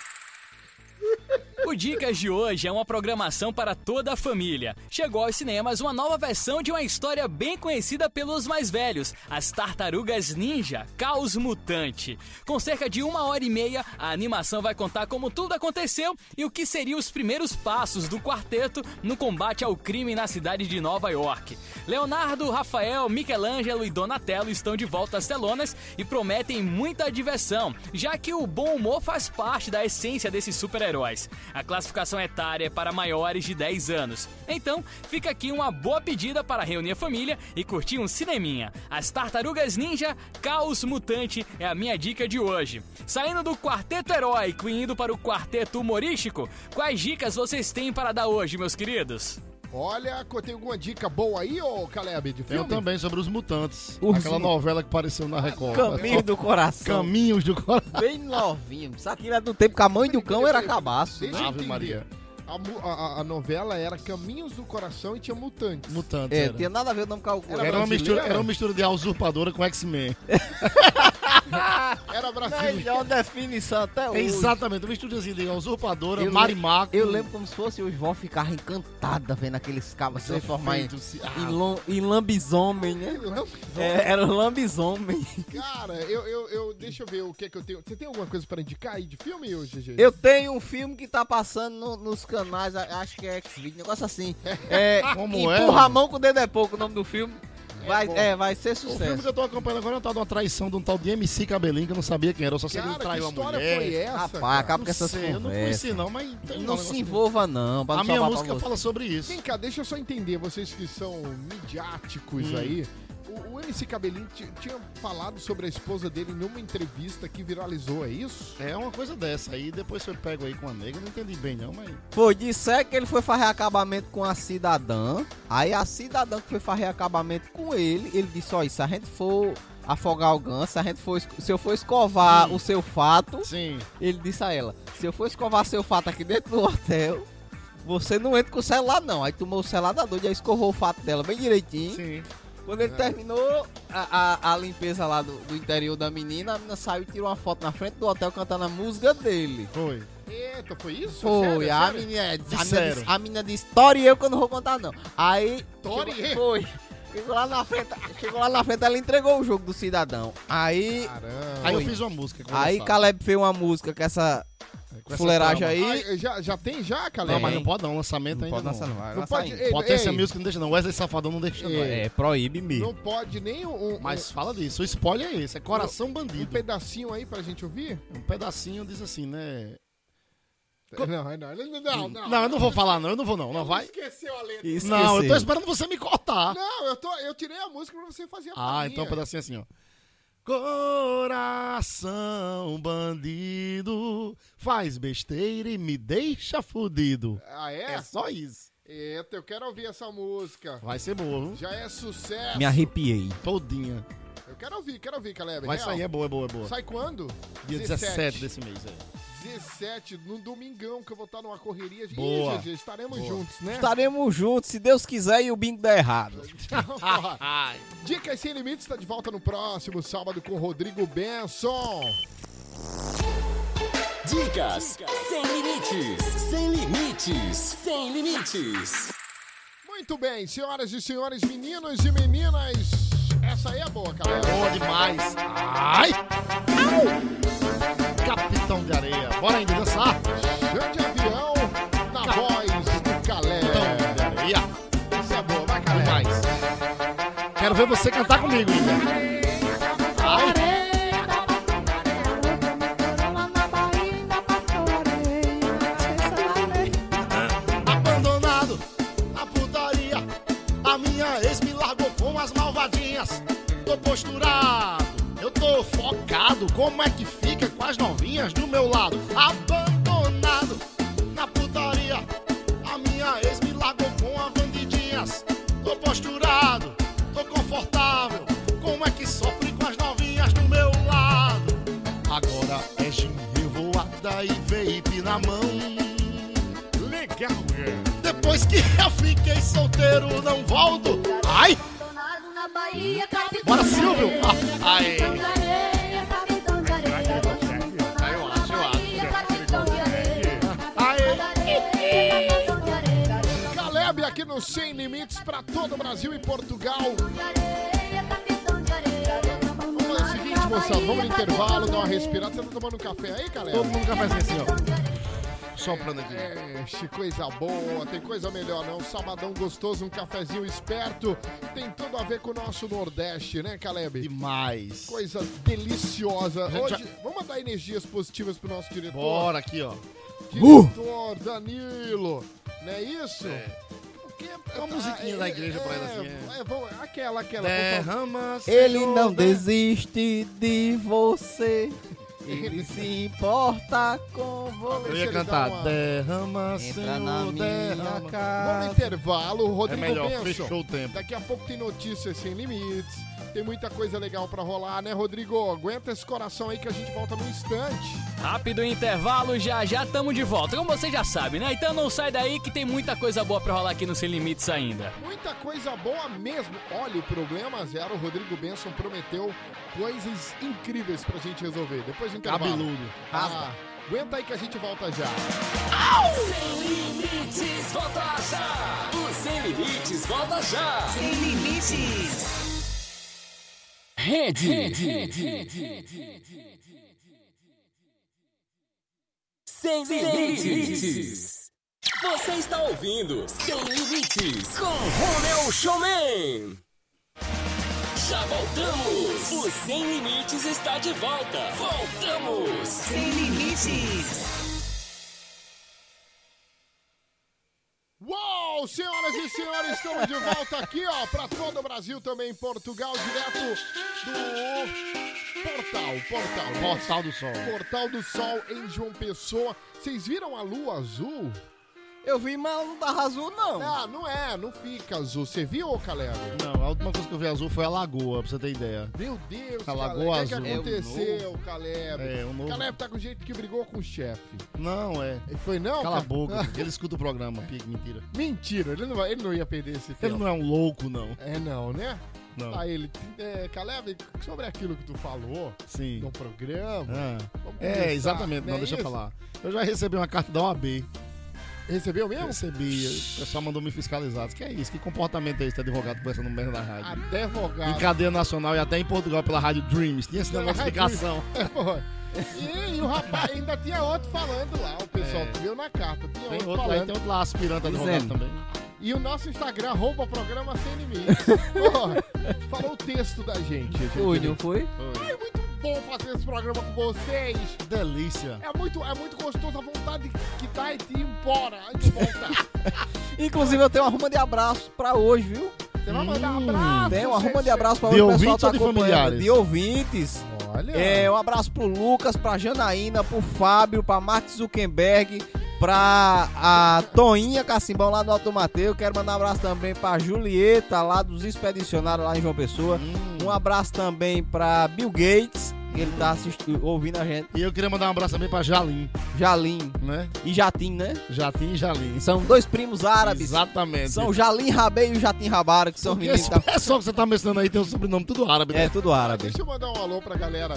Speaker 6: O Dicas de hoje é uma programação para toda a família. Chegou aos cinemas uma nova versão de uma história bem conhecida pelos mais velhos, as Tartarugas Ninja, Caos Mutante. Com cerca de uma hora e meia, a animação vai contar como tudo aconteceu e o que seriam os primeiros passos do quarteto no combate ao crime na cidade de Nova York. Leonardo, Rafael, Michelangelo e Donatello estão de volta às telonas e prometem muita diversão, já que o bom humor faz parte da essência desses super-heróis. A classificação etária é para maiores de 10 anos. Então, fica aqui uma boa pedida para reunir a família e curtir um cineminha. As Tartarugas Ninja Caos Mutante é a minha dica de hoje. Saindo do quarteto heróico e indo para o quarteto humorístico, quais dicas vocês têm para dar hoje, meus queridos?
Speaker 2: Olha, co- tem alguma dica boa aí, ô Caleb, de
Speaker 4: Tem
Speaker 2: filme?
Speaker 4: também sobre os mutantes.
Speaker 3: Os-
Speaker 4: aquela novela que apareceu na Record.
Speaker 3: Caminho do coração.
Speaker 4: Caminhos do coração.
Speaker 3: Bem novinho. Isso aqui era do tempo que a mãe do cão era cabaço.
Speaker 2: Deixa eu
Speaker 4: Ave
Speaker 2: entender.
Speaker 4: Maria.
Speaker 2: A, mu- a- a- a novela era Caminhos do Coração e tinha mutantes.
Speaker 4: Mutantes.
Speaker 3: É,
Speaker 4: era.
Speaker 3: tinha nada a ver o nome com a
Speaker 2: Era
Speaker 4: Era uma,
Speaker 2: brasileira?
Speaker 4: mistura, era uma mistura de A Usurpadora com X-Men. [laughs]
Speaker 2: Era brasileiro.
Speaker 3: Melhor definição até hoje.
Speaker 4: É Exatamente, uma misturazinha de A Usurpadora,
Speaker 3: Eu
Speaker 4: Marimaco.
Speaker 3: Eu lembro como se fosse os vó ficar encantada vendo aqueles cabos se transformar em,
Speaker 4: Feito-se-
Speaker 3: em,
Speaker 4: Ah,
Speaker 3: lom- em lambisomem, né? É, era um lambisomem.
Speaker 2: Cara, eu, eu, eu- deixa eu ver o que é que eu tenho. Você tem alguma coisa pra indicar aí de filme, ô GG?
Speaker 3: Eu tenho um filme que tá passando no- nos canais, a- acho que é X-Video, negócio assim. É,
Speaker 4: [laughs] Como é?
Speaker 3: Empurra a mão com o dedo é pouco o nome do filme. Vai, é, vai ser
Speaker 4: O filme que
Speaker 3: sucesso.
Speaker 4: eu tô acompanhando agora é um tal de uma traição de um tal de MC Cabelinho, que eu não sabia quem era, eu só sei que ele
Speaker 2: Cara, que
Speaker 4: traiu a
Speaker 2: história
Speaker 4: mulher.
Speaker 2: foi essa?
Speaker 3: Rapaz,
Speaker 2: cara?
Speaker 3: acaba com
Speaker 4: não
Speaker 3: essas
Speaker 4: sei, eu não conheci
Speaker 3: conversas.
Speaker 4: não, mas... tem um
Speaker 3: Não
Speaker 4: negócio-
Speaker 3: se envolva não, pra
Speaker 4: A
Speaker 3: não
Speaker 4: minha
Speaker 3: salvar pra
Speaker 4: música
Speaker 3: você.
Speaker 4: fala sobre isso.
Speaker 2: Vem cá, deixa eu só entender, vocês que são midiáticos
Speaker 4: Hum.
Speaker 2: aí. O, o MC Cabelinho ti- tinha falado sobre a esposa dele numa entrevista que viralizou, é isso?
Speaker 4: É uma coisa dessa aí, depois eu pego aí com a nega, eu não entendi bem não, mas...
Speaker 3: Foi, disser que ele foi fazer acabamento com a cidadã. Aí a cidadã que foi fazer acabamento com ele, ele disse, ó, se a gente for afogar o ganso, se a gente for, es- se eu for escovar
Speaker 4: Hum.
Speaker 3: o seu fato,
Speaker 4: Sim,
Speaker 3: Ele disse a ela: se eu for escovar seu fato aqui dentro do hotel, você não entra com o celular, não. Aí tomou o celular da doida, aí escovou o fato dela bem direitinho.
Speaker 4: sim. É.
Speaker 3: Quando ele terminou a, a- a limpeza lá do, do interior da menina, a menina saiu e tirou uma foto na frente do hotel cantando a música dele.
Speaker 4: Foi.
Speaker 2: Eita, foi isso?
Speaker 3: Foi,
Speaker 2: Sério,
Speaker 3: a
Speaker 2: sério?
Speaker 3: menina, é a menina,
Speaker 4: Disseram.
Speaker 3: disse, a menina disse, Tori, eu que eu não vou contar, não. Aí.
Speaker 2: Tori?
Speaker 3: chegou- Foi. Chegou lá na frente, chegou lá na frente, ela entregou o jogo do cidadão. Aí.
Speaker 2: Caramba.
Speaker 4: Aí eu
Speaker 3: Foi.
Speaker 4: fiz uma música. com
Speaker 3: Aí
Speaker 4: essa-
Speaker 3: Caleb fez uma música com essa
Speaker 4: com essa
Speaker 3: fuleiragem
Speaker 4: trama.
Speaker 3: aí.
Speaker 2: Ah, já, já tem já, Caleb?
Speaker 4: Não, mas
Speaker 3: Tem.
Speaker 4: não pode não, lançamento ainda não.
Speaker 2: Não pode, ei,
Speaker 4: Potência
Speaker 2: ei,
Speaker 4: Music não deixa não, Wesley Safadão não deixa não.
Speaker 2: É,
Speaker 3: proíbe mesmo.
Speaker 2: Não pode nem um, um-
Speaker 4: Mas fala disso, o spoiler é esse, é Coração
Speaker 2: um
Speaker 4: Bandido.
Speaker 2: pedacinho aí pra gente ouvir?
Speaker 4: Um pedacinho diz assim, né?
Speaker 2: Não, é não, não, não, não.
Speaker 4: Hum. Não, eu não vou falar, não. Eu não vou, não. Não vai.
Speaker 2: Esqueceu a letra.
Speaker 5: Esqueceu.
Speaker 4: Não, eu tô esperando você me cortar.
Speaker 2: Não, eu, tô, eu tirei a música pra você fazer a
Speaker 4: Ah,
Speaker 2: palhinha.
Speaker 4: então um pedacinho assim, ó. Coração bandido, faz besteira e me deixa fudido.
Speaker 2: Ah, é?
Speaker 4: É só isso.
Speaker 2: Eita, eu quero ouvir essa música.
Speaker 4: Vai ser boa, viu?
Speaker 2: Já é sucesso.
Speaker 5: Me arrepiei.
Speaker 4: Todinha.
Speaker 2: Eu quero ouvir, quero ouvir, Caleb.
Speaker 4: Vai
Speaker 2: real.
Speaker 4: sair, é boa, é boa, é boa.
Speaker 2: Sai quando?
Speaker 4: Dia 17 desse mês, é.
Speaker 2: 17, no domingão, que eu vou estar numa correria. de
Speaker 4: Boa.
Speaker 2: Ih, GG, estaremos
Speaker 4: Boa.
Speaker 2: juntos, né?
Speaker 3: Estaremos juntos, se Deus quiser e o bingo der errado.
Speaker 4: [laughs] Ah.
Speaker 2: Porra. Dicas Sem Limites está de volta no próximo sábado com Rodrigo Benson.
Speaker 1: Dicas sem limites, sem limites, sem limites.
Speaker 2: Muito bem, senhoras e senhores, meninos e meninas. Essa aí é boa, cara.
Speaker 4: Boa demais. Ai! Au! Capitão de areia. Bora Ah, ainda dançar?
Speaker 2: Grande avião na voz do Calé.
Speaker 4: Capitão de areia.
Speaker 2: Isso é boa, vai, Calé.
Speaker 4: Demais. Quero ver você cantar comigo, Índia. Ai! Abandonado na putaria, a minha ex me largou com as malvadinhas. Tô posturado, eu tô focado. Como é que fica com as novinhas do meu lado? Abandonado na putaria, a minha ex me largou com as bandidinhas. Tô posturado, tô confortável. Como é que sofre com as novinhas do meu lado? Agora é gin revoada e vape na mão. Legal, é. Depois que eu fiquei solteiro, não volto. Ai, bora, Silvio. Ah, Ai.
Speaker 2: Caleb aqui no Sem Limites para todo o Brasil e Portugal. Vamos fazer o seguinte, moçada, vamos no intervalo, dar uma respirada. Você tá tomando um café aí, Caleb?
Speaker 4: Todo mundo quer fazer assim, ó. Soprando aqui.
Speaker 2: Este, coisa boa, tem coisa melhor não. Sabadão gostoso, um cafezinho esperto. Tem tudo a ver com o nosso Nordeste, né, Caleb?
Speaker 4: Demais.
Speaker 2: Coisa deliciosa.
Speaker 4: Gente,
Speaker 2: Hoje, vamos mandar energias positivas pro nosso diretor.
Speaker 4: Bora aqui, ó.
Speaker 2: Diretor Danilo. Não é isso? Porque-
Speaker 4: É uma musiquinha da igreja pra ela, assim,
Speaker 2: É, vamos- aquela, aquela. vamos-
Speaker 4: Derrama,
Speaker 3: Ele
Speaker 4: Senhor, né?
Speaker 3: não
Speaker 4: der-
Speaker 3: desiste de você. Ele se importa com você.
Speaker 4: Eu ia cantar. Derrama,
Speaker 3: Entra
Speaker 4: Senhor,
Speaker 3: na minha
Speaker 4: derrama.
Speaker 2: Vamos no
Speaker 3: casa.
Speaker 2: intervalo,
Speaker 4: É
Speaker 2: Rodrigo
Speaker 4: melhor,
Speaker 2: Benson.
Speaker 4: fechou o tempo.
Speaker 2: Daqui a pouco tem notícias sem limites. Tem muita coisa legal pra rolar, né, Rodrigo? Aguenta esse coração aí que a gente volta num instante.
Speaker 6: Rápido intervalo, já já tamo de volta. Como você já sabe, né? Então não sai daí que tem muita coisa boa pra rolar aqui no Sem Limites ainda.
Speaker 2: Muita coisa boa mesmo. Olha, o problema zero. O Rodrigo Benson prometeu coisas incríveis pra gente resolver. Depois do intervalo.
Speaker 4: Cabeludo.
Speaker 2: Ah, aguenta aí que a gente volta já.
Speaker 1: Sem limites, volta já. O Sem Limites, volta já. Sem limites. Rede. Sem, limites. Você está ouvindo Sem Limites com Romeu Showman. Já voltamos. O Sem Limites está de volta. Voltamos. Sem Limites.
Speaker 2: Uou, senhoras e senhores, estamos de volta aqui, ó, pra todo o Brasil, também em Portugal, direto do Portal, Portal, nossa.
Speaker 4: Portal Tá do Sol.
Speaker 2: Portal do Sol em João Pessoa. Vocês viram a lua azul?
Speaker 3: Eu vi, mas não tava azul, não.
Speaker 2: Ah, não é, não fica azul. Você viu, ô, Caleb?
Speaker 4: Não, a última coisa que eu vi azul foi a lagoa, pra você ter ideia.
Speaker 2: Meu Deus,
Speaker 4: A
Speaker 2: Caleb,
Speaker 4: lagoa
Speaker 2: o que, é que
Speaker 4: azul.
Speaker 2: aconteceu, Caleb?
Speaker 4: É, o novo.
Speaker 2: Caleb tá com o jeito que brigou com o chefe.
Speaker 4: Não, é.
Speaker 2: Ele foi, não?
Speaker 4: Cala
Speaker 2: cara?
Speaker 4: a boca. Ele escuta o programa, pique, mentira.
Speaker 2: [laughs] Mentira, ele não, vai- ele não ia perder esse
Speaker 4: Ele
Speaker 2: tempo.
Speaker 4: não é um louco, não.
Speaker 2: É não, né?
Speaker 4: Não.
Speaker 2: Aí ele, é, Caleb, sobre aquilo que tu falou
Speaker 4: Sim.
Speaker 2: no programa,
Speaker 4: Ah.
Speaker 2: vamos
Speaker 4: É,
Speaker 2: conversar,
Speaker 4: exatamente.
Speaker 2: né?
Speaker 4: Não, deixa eu
Speaker 2: Isso?
Speaker 4: falar. Eu já recebi uma carta da OAB.
Speaker 2: Recebeu
Speaker 4: Eu
Speaker 2: mesmo?
Speaker 4: recebi. O pessoal mandou me fiscalizar. Disse, Que é isso? Que comportamento é esse? de Advogado conversando merda na rádio. Em
Speaker 2: Advogado.
Speaker 4: cadeia nacional e até em Portugal Ah, pela rádio Dreams. Tinha esse negócio de
Speaker 2: [laughs]
Speaker 4: explicação.
Speaker 2: é, E, e o rapaz ainda tinha outro falando lá, o pessoal
Speaker 4: É.
Speaker 2: que viu na carta, tinha
Speaker 4: Tem
Speaker 2: outro
Speaker 4: outro lá, então.
Speaker 2: falando.
Speaker 4: tem outro lá, aspirante a advogado
Speaker 3: Dizendo.
Speaker 4: também.
Speaker 2: E o nosso Instagram rouba o programa sem limites. Porra, falou o texto da gente. gente.
Speaker 3: Foi, não foi?
Speaker 2: Ai, muito bom fazer esse programa com vocês.
Speaker 4: Delícia.
Speaker 2: É muito, é muito gostoso a vontade que dá em te ir embora antes de voltar.
Speaker 3: Inclusive, eu tenho uma ruma de abraço pra hoje, viu?
Speaker 2: Você vai mandar um abraço.
Speaker 3: Tem uma ruma de
Speaker 2: Xexé.
Speaker 3: abraço pra
Speaker 4: De
Speaker 3: hoje, o pessoal
Speaker 4: ouvintes
Speaker 3: tá
Speaker 4: ou de
Speaker 3: acompanhando.
Speaker 4: familiares?
Speaker 3: De ouvintes.
Speaker 2: Olha.
Speaker 3: É, um abraço pro Lucas, pra Janaína, pro Fábio, pra Mark Zuckerberg, pra a Toinha Cacimbão lá do Automateu. Quero mandar um abraço também pra Julieta, lá dos Expedicionários, lá em João Pessoa.
Speaker 4: Hum.
Speaker 3: Um abraço também pra Bill Gates, que ele tá assistindo, ouvindo a gente.
Speaker 4: E eu queria mandar um abraço também pra Jalim,
Speaker 3: Jalim
Speaker 4: né?
Speaker 3: e Jatim, né?
Speaker 4: Jatim e Jalim.
Speaker 3: São dois primos árabes.
Speaker 4: Exatamente.
Speaker 3: São o Jalim Rabei e o Jatim Rabara, que são os
Speaker 4: Porque
Speaker 3: meninos
Speaker 4: esse [laughs]
Speaker 3: da...
Speaker 4: pessoal que você tá mencionando aí tem um sobrenome tudo árabe, né?
Speaker 3: É, tudo árabe.
Speaker 2: Deixa eu mandar um alô pra galera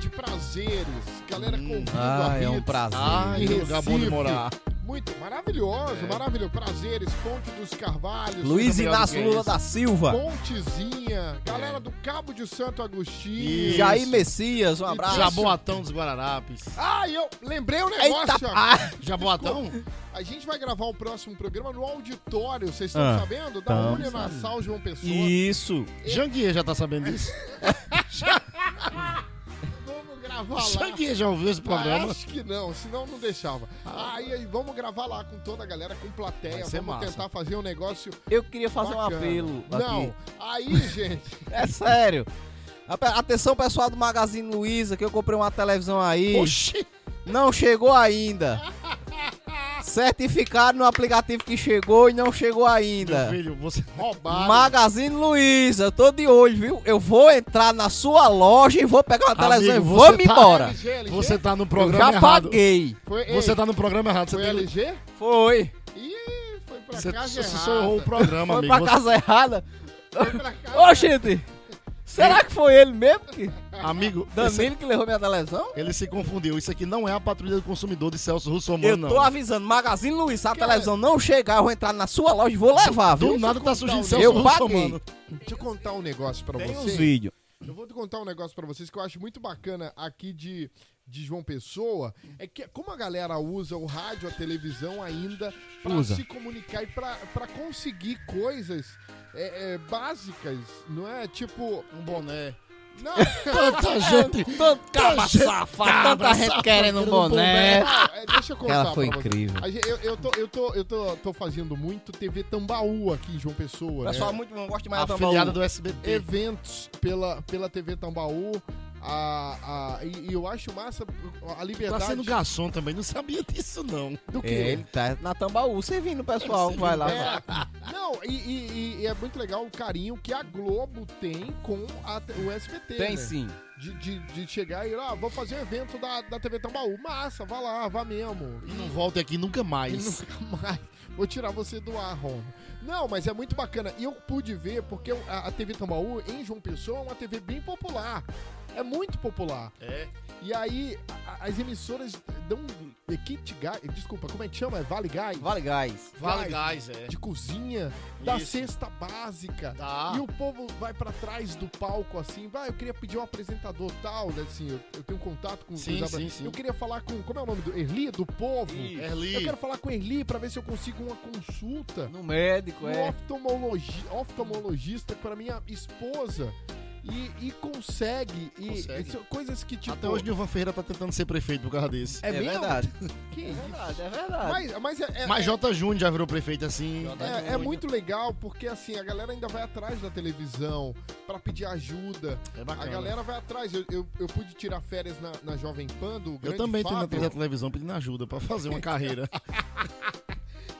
Speaker 2: de prazeres. Galera que ouvindo a
Speaker 3: Ah, é um
Speaker 2: Hits.
Speaker 3: prazer.
Speaker 4: Ai, que lugar bom de
Speaker 2: Recife.
Speaker 4: morar.
Speaker 2: Muito maravilhoso, maravilhoso. Prazeres, Ponte dos Carvalhos.
Speaker 3: Luiz
Speaker 4: Coisa melhor do
Speaker 3: Inácio
Speaker 4: que
Speaker 3: Lula
Speaker 4: isso.
Speaker 3: da Silva,
Speaker 2: Pontezinha, galera do Cabo de Santo Agostinho.
Speaker 4: Isso.
Speaker 3: Jair Messias, um abraço.
Speaker 4: Jaboatão dos Guararapes.
Speaker 2: Ah, eu lembrei um negócio.
Speaker 3: Eita,
Speaker 2: ó.
Speaker 3: ah,
Speaker 4: Jaboatão?
Speaker 2: A gente vai gravar o próximo programa no auditório, vocês estão
Speaker 3: Ah,
Speaker 2: sabendo? Da
Speaker 3: tamo
Speaker 2: União Nassau João Pessoa.
Speaker 3: Isso.
Speaker 4: Janguier já tá sabendo disso?
Speaker 2: Vamos gravar lá.
Speaker 4: Janguier já ouviu esse
Speaker 2: Ah,
Speaker 4: é programa?
Speaker 2: Acho que não, senão não deixava. Aí, aí vamos gravar lá com toda a galera, com plateia.
Speaker 4: Vai ser
Speaker 2: Vamos
Speaker 4: massa.
Speaker 2: tentar fazer um negócio
Speaker 3: Eu queria fazer
Speaker 2: bacana.
Speaker 3: um apelo aqui.
Speaker 2: Não, aí, gente,
Speaker 3: É sério. Ape- Atenção, pessoal do Magazine Luiza, que eu comprei uma televisão aí.
Speaker 4: Oxi!
Speaker 3: Não chegou [laughs] ainda. Certificado no aplicativo que chegou e não chegou ainda.
Speaker 4: Filho, você. é
Speaker 2: roubaram.
Speaker 3: Magazine Luiza, eu tô de olho, viu? Eu vou entrar na sua loja e vou pegar uma televisão e
Speaker 4: Amigo,
Speaker 3: vou me
Speaker 4: você tá-
Speaker 3: embora.
Speaker 2: LG, LG?
Speaker 4: Você tá no
Speaker 3: Eu
Speaker 4: programa
Speaker 3: já
Speaker 4: errado.
Speaker 3: paguei.
Speaker 2: Foi, ei,
Speaker 4: Você tá no programa errado. Você,
Speaker 2: foi
Speaker 4: tem-
Speaker 2: LG?
Speaker 3: Foi.
Speaker 2: Ih, foi pra
Speaker 4: você,
Speaker 2: casa
Speaker 4: você
Speaker 2: errada.
Speaker 4: só errou o programa,
Speaker 3: Foi
Speaker 4: amigo.
Speaker 3: pra
Speaker 4: Você-
Speaker 3: casa errada.
Speaker 2: Foi pra casa
Speaker 3: Ô, gente, será que foi ele mesmo que...
Speaker 4: Amigo, esse-
Speaker 3: Danilo que levou minha televisão?
Speaker 4: ele se confundiu. Isso aqui não é a patrulha do consumidor de Celso Russomano,
Speaker 3: Eu
Speaker 4: não. é?
Speaker 3: tô avisando, Magazine Luiz, se a televisão não chegar, eu vou entrar na sua loja e vou levar,
Speaker 4: Do
Speaker 3: viu?
Speaker 4: nada tá surgindo
Speaker 2: Eu
Speaker 4: Celso
Speaker 3: paguei.
Speaker 4: Russomano.
Speaker 2: Deixa eu contar um negócio pra vocês.
Speaker 3: vídeos.
Speaker 2: Eu vou te contar um negócio pra vocês que eu acho muito bacana aqui de, de João Pessoa. É que como a galera usa o rádio, a televisão ainda pra
Speaker 3: Usa.
Speaker 2: se comunicar e pra, pra conseguir coisas é, é, básicas, não é? Tipo.
Speaker 4: Um boné.
Speaker 3: [laughs]
Speaker 2: Não,
Speaker 4: Tanta
Speaker 3: É,
Speaker 4: gente.
Speaker 3: Tanto
Speaker 4: Tanta
Speaker 3: caba
Speaker 4: É, gente
Speaker 3: safado, tanta
Speaker 4: cabra
Speaker 3: gente
Speaker 4: safada
Speaker 3: querendo um
Speaker 4: querendo
Speaker 3: boné.
Speaker 2: não, é, deixa eu contar.
Speaker 3: Ela foi
Speaker 2: pra vocês.
Speaker 3: incrível.
Speaker 2: A gente- Eu, eu, tô, eu, tô, eu tô, tô fazendo muito TV Tambaú aqui em João Pessoa. né?
Speaker 3: Pessoal, muito bom, gosto mais da
Speaker 4: Afiliada
Speaker 3: Tambaú.
Speaker 4: É. do SBT.
Speaker 2: eventos pela, pela TV Tambaú. A, a, e, e eu acho massa a
Speaker 4: Tá
Speaker 2: liberdade.
Speaker 4: sendo garçom também. Não sabia disso, não. Do
Speaker 3: É, ele tá na Tambaú, servindo o pessoal, vai lá. vai.
Speaker 2: É, não, e, e- e é muito legal o carinho que a Globo tem com a te- o SBT.
Speaker 3: Tem
Speaker 2: né?
Speaker 3: sim.
Speaker 2: De, de, de chegar e, ah, vou fazer um evento da, da TV Tambaú. Massa, vá lá, vá mesmo.
Speaker 4: E não volte aqui nunca
Speaker 2: E
Speaker 4: mais.
Speaker 2: nunca mais. Vou tirar você do ar, Ron. Não, mas é muito bacana. E eu pude ver, porque a, a TV Tambaú, em João Pessoa, é uma TV bem popular. É muito popular.
Speaker 4: É.
Speaker 2: E aí, a- as emissoras dão é, kit gás. Desculpa, como é que chama? É Vale Gás?
Speaker 3: Vale, guys.
Speaker 4: Vale
Speaker 2: Gás.
Speaker 4: gás, é.
Speaker 2: De cozinha, da
Speaker 4: Isso.
Speaker 2: cesta básica.
Speaker 4: Tá.
Speaker 2: E o povo vai pra trás do palco assim, vai, eu queria pedir um apresentador tal, né, assim, eu, eu tenho contato com
Speaker 4: Sim,
Speaker 2: os abra-
Speaker 4: sim, sim.
Speaker 2: Eu queria falar com, como é o nome do Erli do povo?
Speaker 4: Erli.
Speaker 2: Eu quero falar com o É Erli pra ver se eu consigo uma consulta
Speaker 3: No médico,
Speaker 2: um
Speaker 3: é.
Speaker 2: oftalmologi- oftalmologista pra minha esposa. E, e consegue, e
Speaker 4: Consegue.
Speaker 2: e são coisas que tipo
Speaker 4: Até hoje Nilvan Ferreira tá tentando ser prefeito por causa desse.
Speaker 2: é, mesmo?
Speaker 3: verdade.
Speaker 2: Que
Speaker 3: É
Speaker 2: isso?
Speaker 3: verdade, é verdade.
Speaker 2: Mas, mas é, é-
Speaker 4: Mas
Speaker 2: é-
Speaker 4: J. Júnior já virou prefeito assim.
Speaker 2: é- é muito legal porque assim a galera ainda vai atrás da televisão pra pedir ajuda.
Speaker 4: É
Speaker 2: A
Speaker 4: bacana.
Speaker 2: galera vai atrás. Eu, eu, eu pude tirar férias na, na Jovem Pan do
Speaker 4: Eu
Speaker 2: grande
Speaker 4: também tô
Speaker 2: Fábio,
Speaker 4: na da televisão pedindo ajuda pra fazer uma
Speaker 2: [laughs]
Speaker 4: carreira.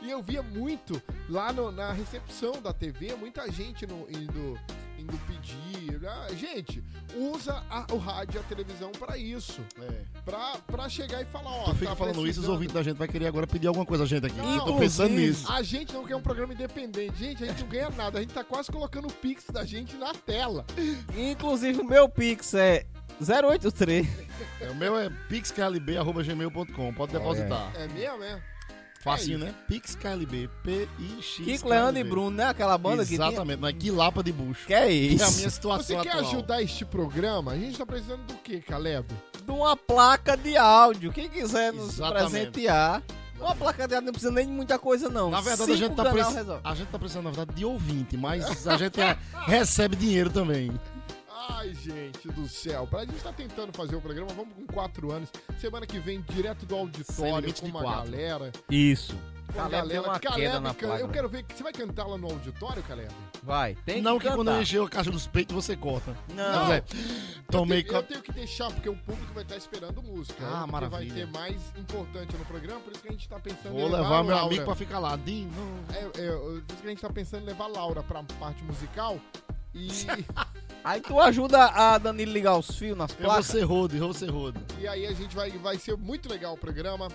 Speaker 2: e eu via muito lá no- na recepção da TV, muita gente no, indo, indo pedir. Ah, Gente, usa a- o rádio e a televisão pra isso.
Speaker 4: É.
Speaker 2: Pra, pra chegar e falar, ó,
Speaker 4: Tu fica
Speaker 2: tá
Speaker 4: falando isso, os
Speaker 2: precisando.
Speaker 4: ouvintes da gente vai querer agora pedir alguma coisa a gente aqui.
Speaker 2: Não,
Speaker 4: eu tô pensando
Speaker 3: inclusive-
Speaker 4: nisso.
Speaker 2: A gente não quer um programa independente. Gente, a gente não ganha nada. A gente tá quase colocando o pix da gente na tela.
Speaker 3: Inclusive, o meu Pix é 083.
Speaker 4: É, o meu é pixklb.gmail.com. Pode depositar.
Speaker 2: É mesmo, é?
Speaker 4: Facinho, né? Pixklb. P-I-X.
Speaker 3: Kiko, Leandro e Bruno, né? Aquela banda que tinha.
Speaker 4: Exatamente. Mas que lapa de bucho.
Speaker 3: Que é
Speaker 4: É a
Speaker 3: isso?
Speaker 4: minha situação
Speaker 2: Você quer
Speaker 4: atual.
Speaker 2: ajudar este programa? A gente tá precisando do quê, Caleb?
Speaker 3: de uma placa de áudio. Quem quiser nos
Speaker 4: Exatamente.
Speaker 3: presentear, uma placa de áudio não precisa nem de muita coisa, não.
Speaker 4: Na verdade, a
Speaker 3: Cinco
Speaker 4: gente, tá
Speaker 3: canal
Speaker 4: preci-
Speaker 3: resolve.
Speaker 4: a gente tá precisando, na verdade, de ouvinte, mas a gente é- recebe dinheiro também.
Speaker 2: Ah, Ai, gente do céu. Pra gente tá tentando fazer o programa, vamos com quatro anos. Semana que vem, direto do
Speaker 4: Sem
Speaker 2: auditório,
Speaker 4: limite
Speaker 2: com
Speaker 4: de
Speaker 2: uma
Speaker 4: quatro.
Speaker 2: galera.
Speaker 5: Isso.
Speaker 2: Com
Speaker 3: Caleb
Speaker 2: a
Speaker 3: deu uma
Speaker 2: galera. Caleb,
Speaker 3: queda na
Speaker 2: can-
Speaker 3: placa.
Speaker 2: eu quero ver. que- Você vai cantar lá no auditório, Caleb?
Speaker 3: Vai, tem
Speaker 4: Não
Speaker 3: que
Speaker 4: que quando
Speaker 3: cantar.
Speaker 4: encher a caixa dos peitos você corta.
Speaker 3: Não.
Speaker 4: Zé, tomei.
Speaker 2: eu, tenho, eu
Speaker 4: co-
Speaker 2: tenho que deixar, porque o público vai estar esperando música.
Speaker 4: Ah,
Speaker 2: É o que
Speaker 4: maravilha.
Speaker 2: vai ter mais importante no programa, por isso que a gente tá pensando
Speaker 4: Vou
Speaker 2: em levar,
Speaker 4: levar
Speaker 2: a
Speaker 4: meu
Speaker 2: Laura.
Speaker 4: amigo pra ficar lá. Dim, não.
Speaker 2: É, é, por isso que a gente tá pensando em levar a Laura pra parte musical. E,
Speaker 4: [laughs]
Speaker 3: Aí tu ajuda a Danilo ligar os fios nas
Speaker 4: Eu vou
Speaker 3: placas.
Speaker 4: ser rodo, eu vou ser rodo.
Speaker 2: e aí a gente vai, vai ser muito legal o programa.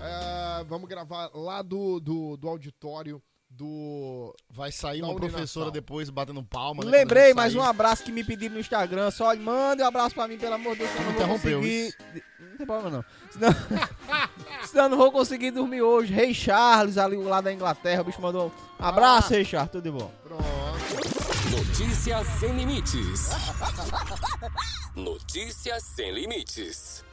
Speaker 2: Ah, vamos gravar lá do, do, do auditório do.
Speaker 4: Vai sair
Speaker 2: Da
Speaker 4: uma
Speaker 2: Uninassal.
Speaker 4: professora depois batendo palma. né,
Speaker 3: Lembrei,
Speaker 4: quando a
Speaker 3: mais
Speaker 4: gente
Speaker 3: um
Speaker 4: sair.
Speaker 3: abraço que me pediram no Instagram. Só manda um abraço pra mim, pelo amor de Deus. senão eu não vou
Speaker 4: Interrompeu
Speaker 3: conseguir. Não tem problema, não. Senão... [laughs] senão eu não vou conseguir dormir hoje. Rei Charles, ali lá da Inglaterra. O bicho mandou um abraço, Rei Charles. Tudo de bom.
Speaker 2: Pronto.
Speaker 1: Notícias sem limites. [laughs] Notícias sem limites.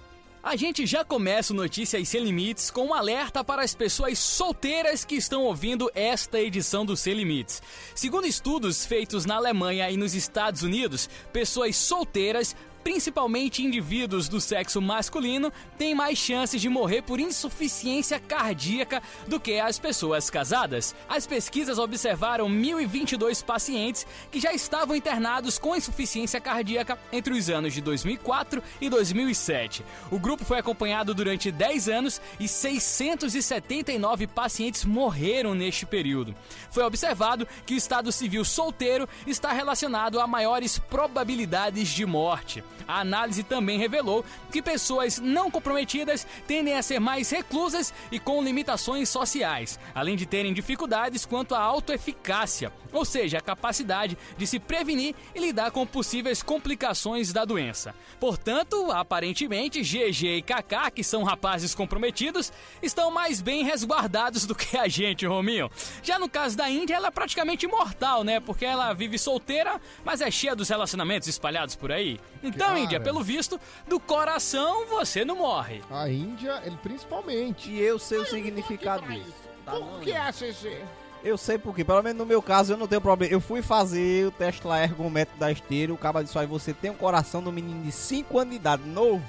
Speaker 6: A gente já começa o Notícias Sem Limites com um alerta para as pessoas solteiras que estão ouvindo esta edição do Sem Limites. Segundo estudos feitos na Alemanha e nos Estados Unidos, pessoas solteiras, principalmente indivíduos do sexo masculino, têm mais chances de morrer por insuficiência cardíaca do que as pessoas casadas. As pesquisas observaram 1.022 pacientes que já estavam internados com insuficiência cardíaca entre os anos de 2004 e 2007. O grupo foi acompanhado durante 10 anos e 679 pacientes morreram neste período. Foi observado que o estado civil solteiro está relacionado a maiores probabilidades de morte. A análise também revelou que pessoas não comprometidas tendem a ser mais reclusas e com limitações sociais, além de terem dificuldades quanto à autoeficácia, ou seja, a capacidade de se prevenir e lidar com possíveis complicações da doença. Portanto, aparentemente, GG e Kaká, que são rapazes comprometidos, estão mais bem resguardados do que a gente, Rominho. Já no caso da Índia, ela é praticamente imortal, né? Porque ela vive solteira, mas é cheia dos relacionamentos espalhados por aí. Então,
Speaker 2: Cara.
Speaker 6: Índia, pelo visto, do coração você não morre.
Speaker 2: A Índia, ele principalmente.
Speaker 3: E eu sei o significado disso. Tá bom,
Speaker 2: Por que
Speaker 3: né?
Speaker 2: a CG?
Speaker 3: Eu sei por quê. Pelo menos no meu caso, eu não tenho problema. Eu fui fazer o teste lá ergométrico da esteira. O cara disse, aí você tem o coração do menino de 5 anos de idade, novo.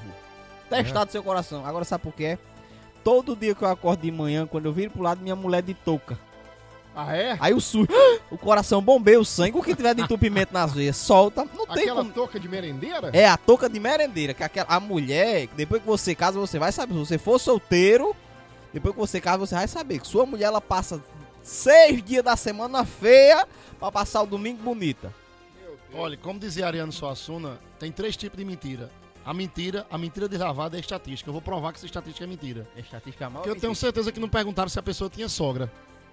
Speaker 3: Testado seu coração. Agora sabe por quê? Todo dia que eu acordo de manhã, quando eu viro pro lado, minha mulher de touca.
Speaker 2: Ah, é?
Speaker 3: Aí o susto, o coração bombeia o sangue. O que tiver de entupimento nas veias, solta. Não tem
Speaker 2: Aquela
Speaker 3: como.
Speaker 2: touca de merendeira?
Speaker 3: É a touca de merendeira, que aquela, a mulher, que depois que você casa, você vai saber. Se você for solteiro, depois que você casa, você vai saber que sua mulher ela passa seis dias da semana feia pra passar o domingo bonita.
Speaker 4: Olha, como dizia Ariano Suassuna, tem três tipos de mentira. A mentira, a mentira deslavada é estatística. Eu vou provar que essa estatística é mentira.
Speaker 3: É estatística mal.
Speaker 4: Porque eu tenho certeza que não perguntaram se a pessoa tinha sogra.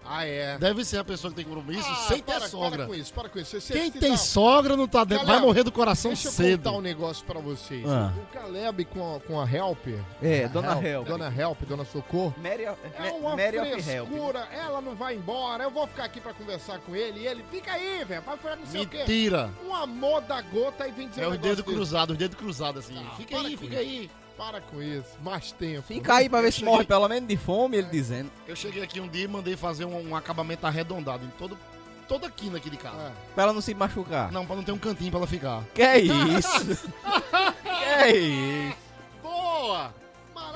Speaker 2: Ah, é.
Speaker 4: Deve ser a pessoa que tem compromisso
Speaker 2: Ah,
Speaker 4: sem
Speaker 2: para,
Speaker 4: ter sogra.
Speaker 2: Para com isso, para com isso. Você-
Speaker 4: Quem
Speaker 2: você
Speaker 4: tem
Speaker 2: tá-
Speaker 4: sogra não tá dentro, vai
Speaker 2: Galera,
Speaker 4: morrer do coração
Speaker 2: Deixa eu
Speaker 4: cedo.
Speaker 2: contar um negócio pra vocês.
Speaker 3: Ah.
Speaker 2: O Caleb com a, com a Help,
Speaker 3: É, dona Help.
Speaker 2: Dona Help, Dona Socorro,
Speaker 3: Mary,
Speaker 2: é uma
Speaker 3: Mary of Help.
Speaker 2: frescura, ela não vai embora, eu vou ficar aqui pra conversar com ele, e ele, fica aí, velho, vai falar não sei o quê.
Speaker 4: Mentira.
Speaker 2: Um amor da gota e vem dizer
Speaker 4: É
Speaker 2: um
Speaker 4: os
Speaker 2: negócio
Speaker 4: dedos
Speaker 2: desse.
Speaker 4: cruzados, os dedos cruzados assim.
Speaker 2: Ah,
Speaker 4: fica
Speaker 2: para
Speaker 4: aí,
Speaker 2: com isso.
Speaker 4: fica aí.
Speaker 2: Para com isso, mais tempo.
Speaker 3: Fica aí pra ver se
Speaker 4: Cheguei.
Speaker 3: morre pelo menos de fome, ele dizendo.
Speaker 4: Eu cheguei aqui um dia e mandei fazer um, um acabamento arredondado em todo, toda a quina aqui de casa.
Speaker 2: Ah,
Speaker 3: Pra ela não se machucar.
Speaker 4: Não, pra não ter um cantinho pra ela ficar.
Speaker 3: Que é isso? [laughs] que é isso?
Speaker 2: boa!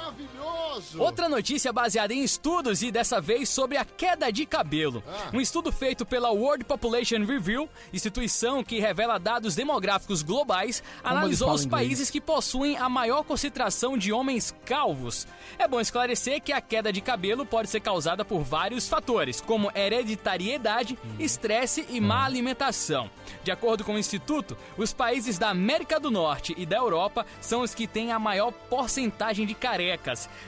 Speaker 2: Maravilhoso!
Speaker 6: Outra notícia baseada em estudos e dessa vez sobre a queda de cabelo.
Speaker 2: Ah.
Speaker 6: Um estudo feito pela World Population Review, instituição que revela dados demográficos globais, analisou
Speaker 3: fala
Speaker 6: os
Speaker 3: inglês?
Speaker 6: países que possuem a maior concentração de homens calvos. É bom esclarecer que a queda de cabelo pode ser causada por vários fatores, como hereditariedade, estresse e má alimentação. De acordo com o instituto, os países da América do Norte e da Europa são os que têm a maior porcentagem de carecas.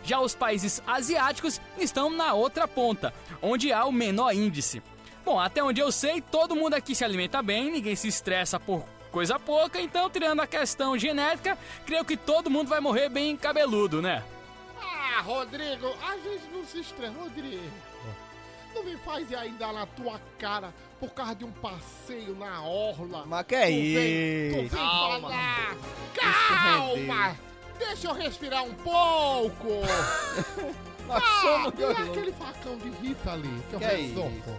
Speaker 6: Já os países asiáticos estão na outra ponta, onde há o menor índice. Bom, até onde eu sei, todo mundo aqui se alimenta bem, ninguém se estressa por coisa pouca, então, tirando a questão genética, creio que todo mundo vai morrer bem cabeludo, né?
Speaker 2: Ah, Rodrigo, a gente não se estranha, Rodrigo. Não me faz ainda na tua cara por causa de um passeio na orla.
Speaker 3: Mas que é
Speaker 2: Tu vem, tu
Speaker 3: isso?
Speaker 2: vem
Speaker 4: Calma.
Speaker 2: falar.
Speaker 3: Isso é
Speaker 2: Calma! Deixa eu respirar um pouco!
Speaker 3: Nossa,
Speaker 2: Ah, e aquele facão de Rita ali que eu
Speaker 3: Ah, Que
Speaker 2: resolvo.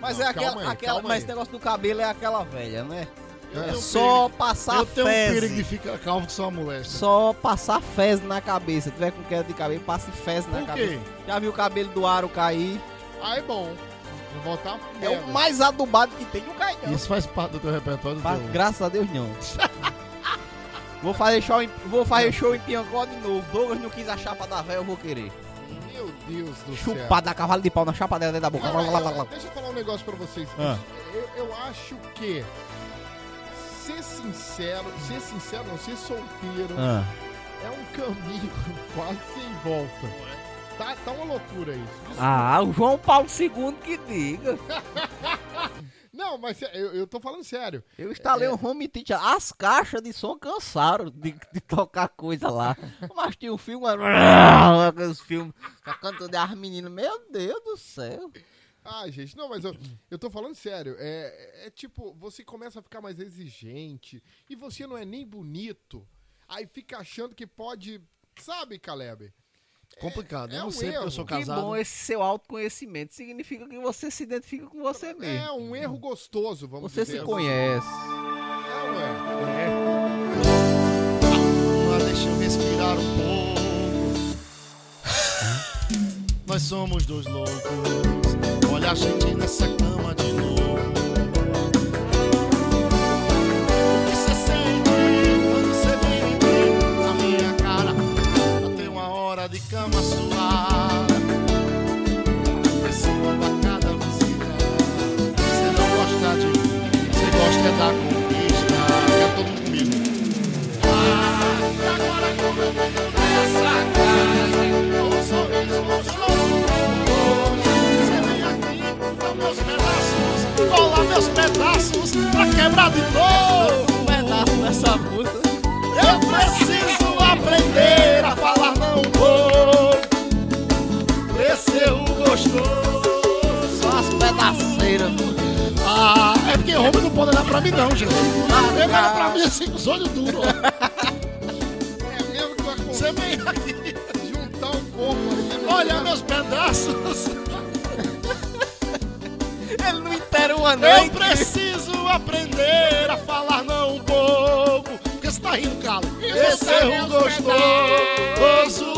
Speaker 3: Mas
Speaker 2: Não,
Speaker 3: é
Speaker 2: calma
Speaker 3: aquela,
Speaker 2: aí,
Speaker 3: aquela
Speaker 2: calma
Speaker 3: mas
Speaker 2: aí.
Speaker 3: esse negócio do cabelo é aquela velha, né?
Speaker 4: Eu
Speaker 3: É
Speaker 4: tenho
Speaker 3: só
Speaker 4: perigo-
Speaker 3: passar
Speaker 4: Eu tenho um perigo de
Speaker 3: fezes.
Speaker 4: ficar calvo de só molesta.
Speaker 3: Só passar fezes na cabeça. Se tiver com queda de cabelo, passe fezes na
Speaker 4: Por quê?
Speaker 3: cabeça. Já viu o cabelo do aro cair?
Speaker 2: Ah, é bom. Vou botar
Speaker 3: É
Speaker 2: merda.
Speaker 3: o mais adubado que tem, não cai não.
Speaker 4: Isso faz parte do teu repertório
Speaker 3: Mas,
Speaker 4: teu.
Speaker 3: graças a Deus
Speaker 4: [laughs]
Speaker 3: não. vou fazer show em, vou fazer show em Piancó de novo. Douglas não quis a chapa da velha, eu vou querer.
Speaker 2: Meu Deus do céu.
Speaker 3: Chupar da cavalo de pau na chapa dela dentro da boca.
Speaker 2: Não,
Speaker 3: Lá, lá, lá,
Speaker 2: eu-
Speaker 3: lá.
Speaker 2: Deixa eu falar um negócio pra vocês.
Speaker 5: Ah.
Speaker 2: Eu, eu acho que ser sincero, ser sincero não, ser solteiro
Speaker 3: Ah.
Speaker 2: é um caminho [laughs] quase sem volta. Tá, tá uma loucura isso.
Speaker 7: Ah, o João Paulo II que diga.
Speaker 2: Não, mas é, eu, eu tô falando sério.
Speaker 3: Eu instalei um home theater. As caixas de som cansaram de, de tocar coisa lá. Mas tinha um filme. Aqueles filmes. Cantando das meninas. Meu Deus do céu.
Speaker 2: Ah, gente, não, mas eu, eu tô falando sério. É, é tipo, você começa a ficar mais exigente e você não é nem bonito. Aí fica achando que pode. Sabe, Caleb?
Speaker 4: Complicado.
Speaker 2: é
Speaker 4: eu não
Speaker 2: um
Speaker 4: sei porque
Speaker 2: erro.
Speaker 4: eu sou
Speaker 2: Que
Speaker 7: Que
Speaker 4: casado.
Speaker 7: bom esse seu autoconhecimento. Significa que você se identifica com você mesmo.
Speaker 2: É um erro gostoso, vamos
Speaker 3: Você
Speaker 2: dizer.
Speaker 3: se conhece.
Speaker 2: Não é.
Speaker 4: Mas deixa eu respirar um pouco. Nós somos dois loucos. Olha a gente nessa cama de novo. O que você sente quando você vem aqui na minha cara? Até uma hora de cama suada. Pressão a cada visita. Você não gosta de mim. Você gosta é da conquista. Quer todo mundo comigo. Colar meus pedaços pra quebrar de dor. Um pedaço dessa música. Eu preciso aprender a falar não vou. Cresceu gostoso. Só as
Speaker 3: Pedaceira.
Speaker 4: ah, é porque homem não pode olhar pra mim, não, gente. Ele olha pra mim assim com os olhos duros. ó.
Speaker 2: É mesmo que vai
Speaker 4: Você vem aqui,
Speaker 2: juntar o corpo.
Speaker 4: olha meus pedaços.
Speaker 3: Ele não inteira uma
Speaker 4: Eu
Speaker 3: noite.
Speaker 4: preciso aprender a falar não um pouco. Por que você tá rindo, cara? Esse é um gostoso.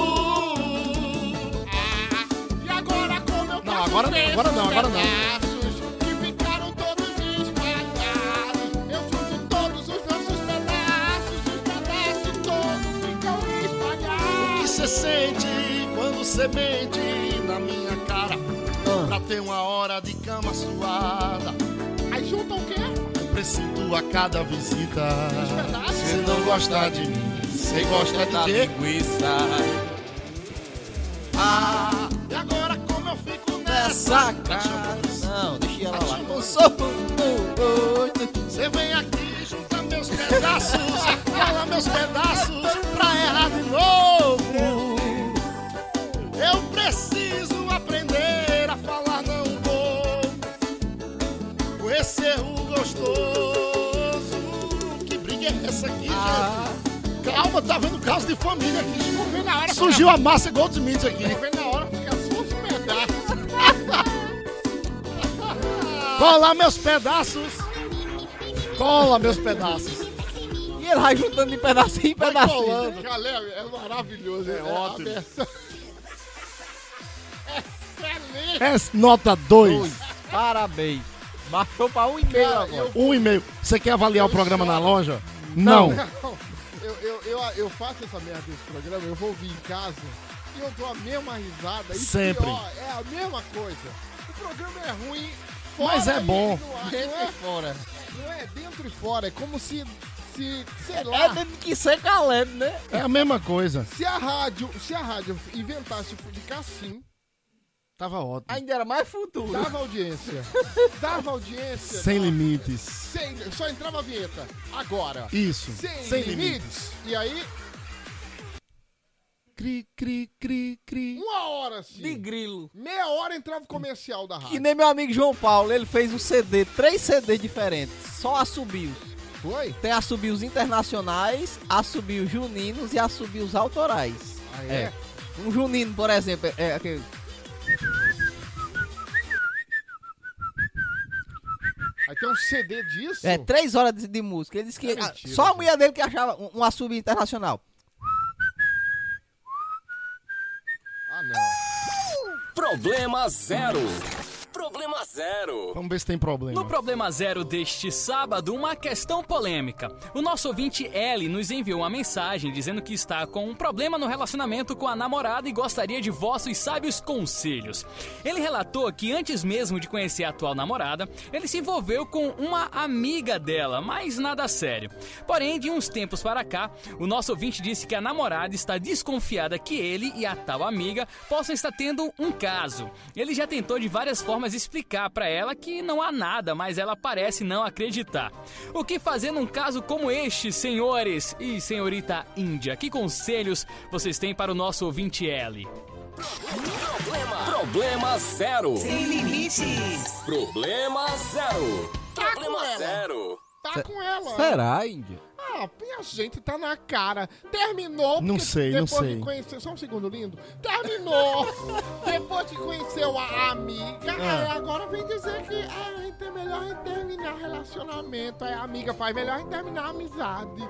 Speaker 2: Ah, E agora como eu
Speaker 4: Não, agora não, agora não, agora não.
Speaker 2: Que ficaram todos espalhados. Eu junto todos os nossos pedaços. Os pedaços todos ficam
Speaker 4: O que
Speaker 2: espalhados.
Speaker 4: você sente quando você mente na minha cara?
Speaker 2: Ah.
Speaker 4: Pra ter uma hora de cama suada.
Speaker 2: Aí junta o quê?
Speaker 4: Eu Preciso a cada visita.
Speaker 2: pedaços?
Speaker 4: Você não gosta de mim, você gosta de quê? Ah, e agora como eu fico nessa cara?
Speaker 3: Não, deixa ela lá.
Speaker 4: Eu sou
Speaker 3: Sou
Speaker 4: Você vem aqui, junta meus pedaços, fala meus pedaços pra errar de novo. Eu preciso aprender a falar não vou com esse erro gostoso. Que briga é essa aqui, gente? Calma, tá vendo caso de família aqui. gente.
Speaker 2: Ah. Na hora
Speaker 4: Surgiu a massa Goldsmith aqui.
Speaker 2: Vem na hora fica só os pedaços.
Speaker 4: Cola meus pedaços. Cola meus pedaços.
Speaker 3: E ele vai juntando de pedacinho em
Speaker 4: Vai
Speaker 3: pedacinho.
Speaker 2: Tá
Speaker 4: colando.
Speaker 2: Galera, é maravilhoso. É,
Speaker 4: ótimo.
Speaker 2: aberto. [laughs] Excelente.
Speaker 4: É nota 2.
Speaker 3: Parabéns. Baixou pra um e meio
Speaker 2: Cara,
Speaker 3: agora.
Speaker 4: Um e meio. Você quer avaliar
Speaker 2: Eu
Speaker 4: o programa na
Speaker 2: choro.
Speaker 4: loja? Não.
Speaker 2: Não, eu, eu, eu, eu faço essa merda desse programa, eu vou vir em casa e eu dou a mesma risada. E
Speaker 4: Sempre.
Speaker 2: pior, é a mesma coisa. O programa é ruim, fora
Speaker 4: Mas é
Speaker 2: e
Speaker 4: bom.
Speaker 2: no ar, Não é,
Speaker 3: fora.
Speaker 2: não é dentro e fora, é como se, se sei
Speaker 3: É,
Speaker 2: lá,
Speaker 3: teve que ser calendo, né?
Speaker 4: É a mesma coisa.
Speaker 2: se a rádio, se a rádio inventasse ficar assim,
Speaker 4: Tava ótimo.
Speaker 3: Ainda era mais futuro.
Speaker 2: dava audiência, dava audiência.
Speaker 4: Sem
Speaker 2: dava-
Speaker 4: limites.
Speaker 2: sem- só entrava a vinheta. Agora.
Speaker 4: Isso.
Speaker 2: Sem,
Speaker 4: Sem
Speaker 2: limites.
Speaker 4: limites.
Speaker 2: E aí,
Speaker 4: Cri, cri, cri, cri.
Speaker 2: uma hora assim.
Speaker 3: De grilo.
Speaker 2: Meia hora entrava o comercial da
Speaker 3: Que
Speaker 2: rádio.
Speaker 3: nem meu amigo João Paulo, ele fez um CD, três CDs diferentes, só assobios.
Speaker 2: Foi?
Speaker 3: Tem assobios internacionais, assobios juninos e assobios autorais.
Speaker 2: Ah,
Speaker 3: É. Um junino, por exemplo, é aquele.
Speaker 2: Aí tem um CD disso?
Speaker 3: É, três horas de, de música. Ele disse que
Speaker 2: É
Speaker 3: a-
Speaker 2: mentira,
Speaker 3: só a
Speaker 2: gente.
Speaker 3: mulher dele que achava um, um assobio internacional.
Speaker 2: Ah, não.
Speaker 1: Problema zero. Problema zero.
Speaker 4: Vamos ver se tem
Speaker 6: No
Speaker 4: problema.
Speaker 6: Problema Zero deste sábado, uma questão polêmica. O nosso ouvinte L nos enviou uma mensagem dizendo que está com um problema no relacionamento com a namorada e gostaria de vossos sábios conselhos. Ele relatou que antes mesmo de conhecer a atual namorada, ele se envolveu com uma amiga dela, mas nada sério. Porém, de uns tempos para cá, o nosso ouvinte disse que a namorada está desconfiada que ele e a tal amiga possam estar tendo um caso. Ele já tentou de várias formas explicar para ela que não há nada, mas ela parece não acreditar. O que fazer num caso como este, senhores e senhorita Índia? Que conselhos vocês têm para o nosso ouvinte L?
Speaker 1: Problema zero.
Speaker 8: Sem limites.
Speaker 1: Problema zero. Problema zero.
Speaker 2: Tá com ela.
Speaker 3: Será, Índia?
Speaker 2: Ah, e a gente tá na cara. Terminou.
Speaker 4: Não
Speaker 2: porque
Speaker 4: sei, não
Speaker 2: depois
Speaker 4: sei.
Speaker 2: Que conheceu, só um segundo, lindo. Terminou. depois que conheceu a amiga, aí agora vem dizer que ah, a gente é melhor em terminar relacionamento. Aí a amiga faz melhor em terminar a amizade.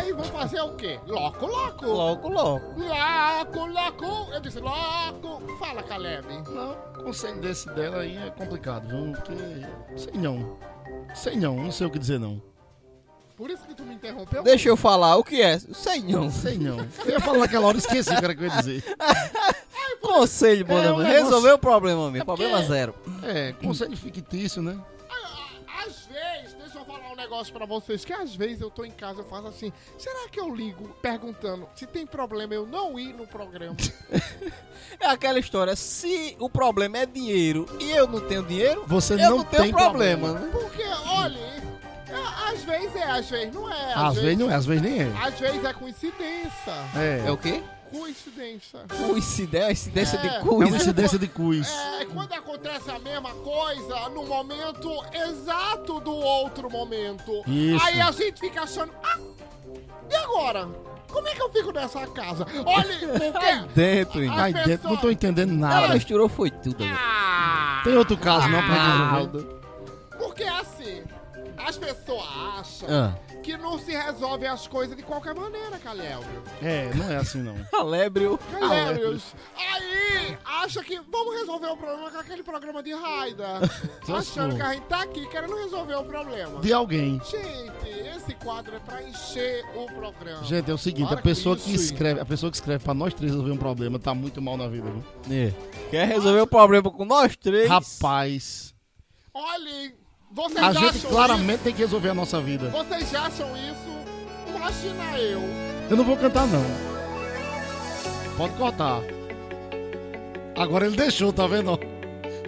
Speaker 2: aí vão fazer o quê? Loco, loco.
Speaker 3: Logo, logo.
Speaker 2: Loco, loco. Eu disse loco. Fala, Caleb.
Speaker 4: Não, o conselho desse dela aí é complicado, viu? Porque. Sei não. Sei não, não sei o que dizer não.
Speaker 2: Por isso que tu me interrompeu.
Speaker 3: Deixa eu falar, o que é? Senhor.
Speaker 4: Sei não. Eu ia falar naquela hora e esqueci o cara que eu ia dizer.
Speaker 3: Conselho, bom
Speaker 4: É um negócio-
Speaker 3: Resolveu o problema, meu.
Speaker 4: É porque-
Speaker 3: Problema zero.
Speaker 4: É, conselho fictício, né?
Speaker 2: Às vezes, deixa eu falar um negócio pra vocês, que às vezes eu tô em casa, eu faço assim, será que eu ligo perguntando se tem problema eu não ir no programa?
Speaker 3: É aquela história, se o problema é dinheiro e eu não tenho dinheiro,
Speaker 4: Você
Speaker 3: eu
Speaker 4: não
Speaker 3: não, tenho
Speaker 4: tem
Speaker 3: problema, né?
Speaker 2: Porque, olha, é, às vezes é, às vezes não é.
Speaker 4: Às vezes não é, às vezes nem é.
Speaker 2: Às vezes é coincidência.
Speaker 4: É.
Speaker 3: É o quê?
Speaker 2: Coincidência.
Speaker 3: Coincidência, incidência
Speaker 2: É.
Speaker 3: de
Speaker 4: É
Speaker 3: coisa.
Speaker 4: uma incidência de quiz.
Speaker 2: É, quando acontece a mesma coisa no momento exato do outro momento.
Speaker 4: Isso.
Speaker 2: Aí a gente fica achando, ah, e agora? Como é que eu fico nessa casa? Olha, porque...
Speaker 3: Dentro, Índia.
Speaker 2: Ah,
Speaker 4: Ai, dentro, não tô entendendo
Speaker 3: Ela
Speaker 4: nada.
Speaker 3: Ah, misturou foi tudo. velho.
Speaker 2: Ah!
Speaker 4: Tem outro caso não pra resolver?
Speaker 2: Porque assim, as pessoas acham
Speaker 3: Ah.
Speaker 2: que não se resolvem as coisas de qualquer maneira, Calhel.
Speaker 4: É, não é
Speaker 2: [laughs]
Speaker 4: assim não.
Speaker 3: Calébrio.
Speaker 4: Ah,
Speaker 2: Calhérios. Aí, acha que vamos resolver o problema com aquele programa de Raida.
Speaker 4: [laughs] Só
Speaker 2: achando
Speaker 4: sou.
Speaker 2: que a gente tá aqui querendo resolver o problema.
Speaker 4: De alguém.
Speaker 2: Gente, esse quadro é pra encher o programa.
Speaker 4: Gente, é o seguinte,
Speaker 2: Para
Speaker 4: a pessoa
Speaker 2: com
Speaker 4: que
Speaker 2: isso,
Speaker 4: escreve, a pessoa que escreve pra nós três resolver um problema tá muito mal na vida, viu?
Speaker 3: É. Quer resolver o problema com nós três?
Speaker 4: Rapaz,
Speaker 2: Olhem, vocês
Speaker 4: a
Speaker 2: acham
Speaker 4: gente claramente tem que resolver a nossa vida.
Speaker 2: isso? Vocês acham isso? Imagina eu.
Speaker 4: Eu não vou cantar não. Pode cortar. Agora ele deixou, tá vendo?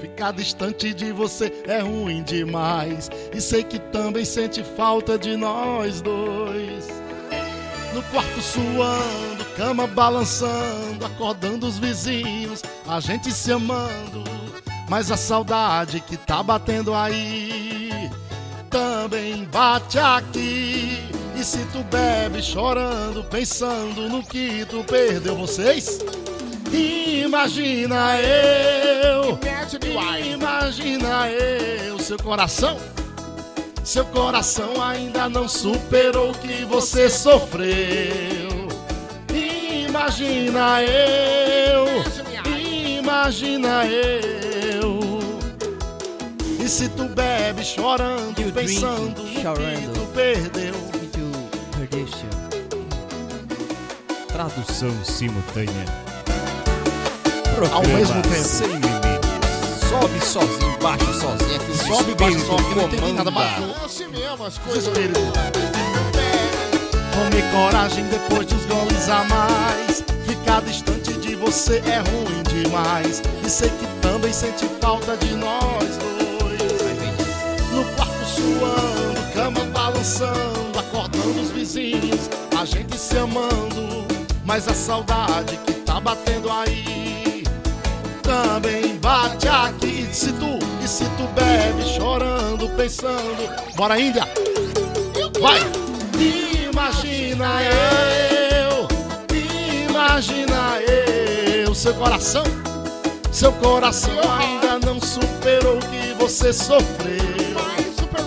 Speaker 4: Ficar distante de você é ruim demais. E sei que também sente falta de nós dois. No quarto suando, cama balançando, acordando os vizinhos, a gente se amando. Mas a saudade que tá batendo aí também bate aqui. E se tu bebe chorando, pensando no que tu perdeu, vocês? Imagina eu.
Speaker 2: Imagine why.
Speaker 4: Imagina eu, seu coração. Seu coração ainda não superou o que você sofreu. Imagina eu. Imagina eu. E se tu bebe chorando,
Speaker 3: You drink
Speaker 4: pensando no que
Speaker 3: chorando.
Speaker 4: tu perdeu.
Speaker 3: Into perdition.
Speaker 5: Tradução simultânea.
Speaker 4: Ao mesmo tempo.
Speaker 5: Sem limites.
Speaker 3: Sobe sozinho, baixa sozinho. Aqui
Speaker 4: Sobe, baixa, sobe, que não entendi nada,
Speaker 3: comanda.
Speaker 4: baixa.
Speaker 2: É assim mesmo, as coisas.
Speaker 4: Tome coragem depois dos goles a mais. Ficar distante de você é ruim demais. E sei que também sente falta de nós dois. No quarto suando, cama balançando, acordando os vizinhos, a gente se amando. Mas a saudade que tá batendo aí também bate aqui. Se tu, e se tu bebe chorando, pensando. Bora, Índia! Vai! Imagina eu, imagina eu, seu coração, seu coração ainda não superou o que você sofreu.
Speaker 2: Vai, Super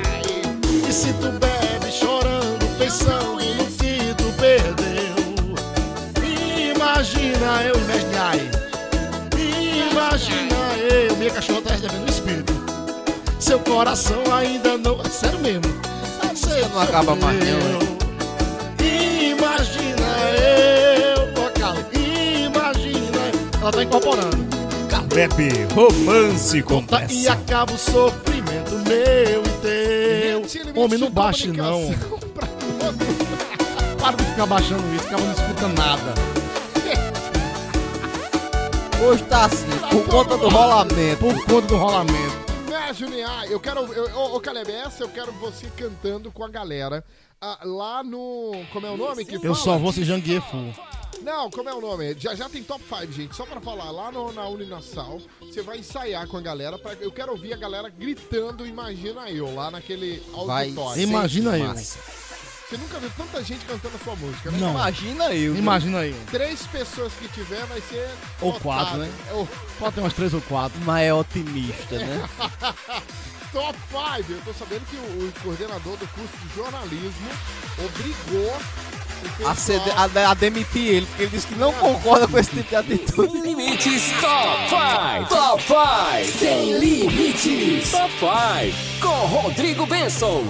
Speaker 4: tu bebe chorando, pensando um no que tu perdeu. Imagina eu, né, Nhai? Imagina eu, minha cachorra tá recebendo o espírito. Seu coração ainda não. É sério mesmo. Você
Speaker 3: não acaba mais, não,
Speaker 4: Imagina eu, ó, Carla, imagina eu. Ela tá incorporando.
Speaker 5: Rap, romance com
Speaker 4: Tá, e acaba o sofrimento meu e
Speaker 2: Gente, ele
Speaker 4: teu. Homem,
Speaker 2: mentiu
Speaker 4: não baixe não.
Speaker 2: comunicação [laughs] pra
Speaker 4: Para de ficar baixando isso, acaba não escuta nada.
Speaker 3: Hoje tá assim, por conta do rolamento.
Speaker 4: É Por conta do rolamento.
Speaker 2: Né, Juniá? Eu quero. eu- Ô, ô, Caleb, essa eu quero você cantando com a galera. ah, lá no. Como é o nome? Que
Speaker 4: Eu
Speaker 2: fala?
Speaker 4: só vou se janguear full.
Speaker 2: Não, como é o nome? Já já tem top 5, gente. Só pra falar, lá no, na Uninassal, você vai ensaiar com a galera. Pra, eu quero ouvir a galera gritando, imagina eu, lá naquele
Speaker 3: Vai.
Speaker 2: auditório.
Speaker 3: ser
Speaker 4: Imagina eu.
Speaker 3: massa.
Speaker 2: Você nunca viu tanta gente cantando a sua música, né?
Speaker 4: Não.
Speaker 3: Imagina eu.
Speaker 4: Imagina eu.
Speaker 2: Três pessoas que tiver vai ser.
Speaker 4: Ou
Speaker 2: lotado.
Speaker 4: quatro, né?
Speaker 2: É o
Speaker 4: Pode ter umas três ou quatro.
Speaker 3: Mas é otimista, né?
Speaker 2: top 5. Eu tô sabendo que o, o coordenador do curso de jornalismo obrigou. o pessoal-
Speaker 3: A, ceder- a- a demitir ele, porque ele disse que não concorda com esse tipo de atitude.
Speaker 1: Sem limites, top 5. Top 5. Sem limites, top 5. Com Rodrigo Benson.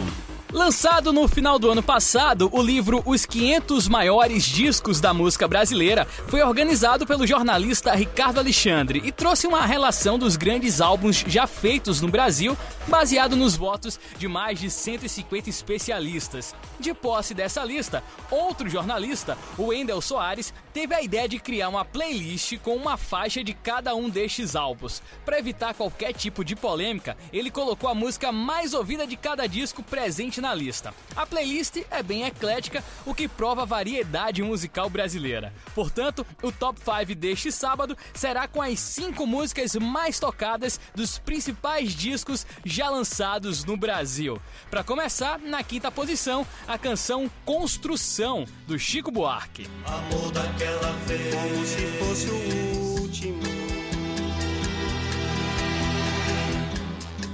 Speaker 6: Lançado no final do ano passado, o livro Os 500 Maiores Discos da Música Brasileira foi organizado pelo jornalista Ricardo Alexandre e trouxe uma relação dos grandes álbuns já feitos no Brasil, baseado nos votos de mais de 150 especialistas. De posse dessa lista, outro jornalista, o Wendel Soares, teve a ideia de criar uma playlist com uma faixa de cada um destes álbuns. Para evitar qualquer tipo de polêmica, ele colocou a música mais ouvida de cada disco presente na lista. A playlist é bem eclética, o que prova a variedade musical brasileira. Portanto, o top 5 deste sábado será com as 5 músicas mais tocadas dos principais discos já lançados no Brasil. Para começar, na quinta posição, a canção Construção, do Chico Buarque.
Speaker 8: Amor daquela vez, como se fosse o último.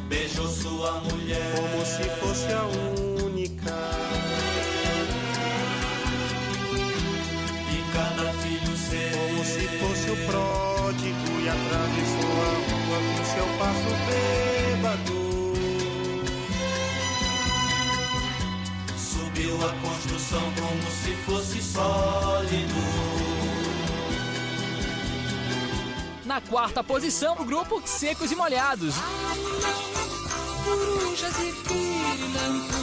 Speaker 8: Beijou sua mulher, como se fosse a única. E cada filho seu, como se fosse o pródigo. E atravessou a rua com seu passo bêbado. Subiu a construção como se fosse sólido.
Speaker 6: Na quarta posição, o grupo Secos e Molhados,
Speaker 9: corujas e pirilampus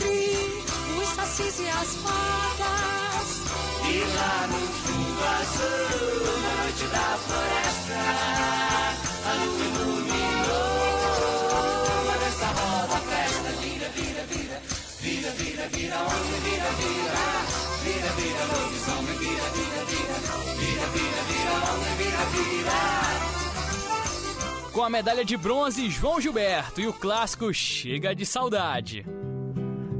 Speaker 9: Entre os sacis e as fadas
Speaker 6: com a medalha de bronze João Gilberto e o clássico Chega de Saudade.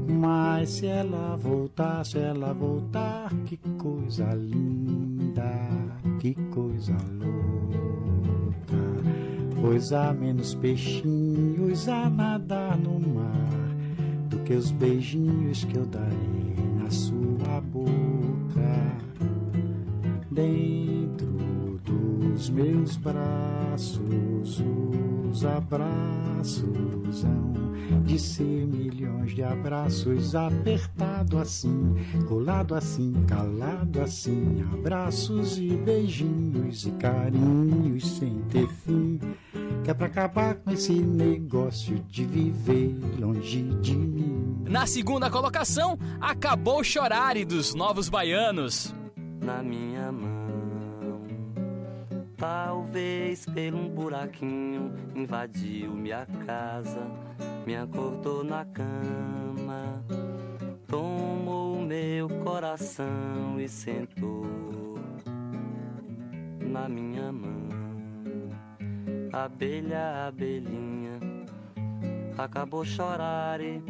Speaker 8: Mas se ela voltar, se ela voltar, que coisa linda, que coisa louca. Pois há menos peixinhos a nadar no mar do que os beijinhos que eu darei na sua boca. Dentro dos meus braços, os abraços hão de ser milhões de abraços, apertado assim, colado assim, calado assim, abraços e beijinhos e carinhos sem ter fim. Que é pra acabar com esse negócio de viver longe de mim.
Speaker 6: Na segunda colocação, acabou chorar e dos novos baianos.
Speaker 8: na minha mão. Talvez pelo um buraquinho invadiu minha casa, me acordou na cama, tomou o meu coração e sentou na minha mão. Abelha, abelhinha, acabou chorar e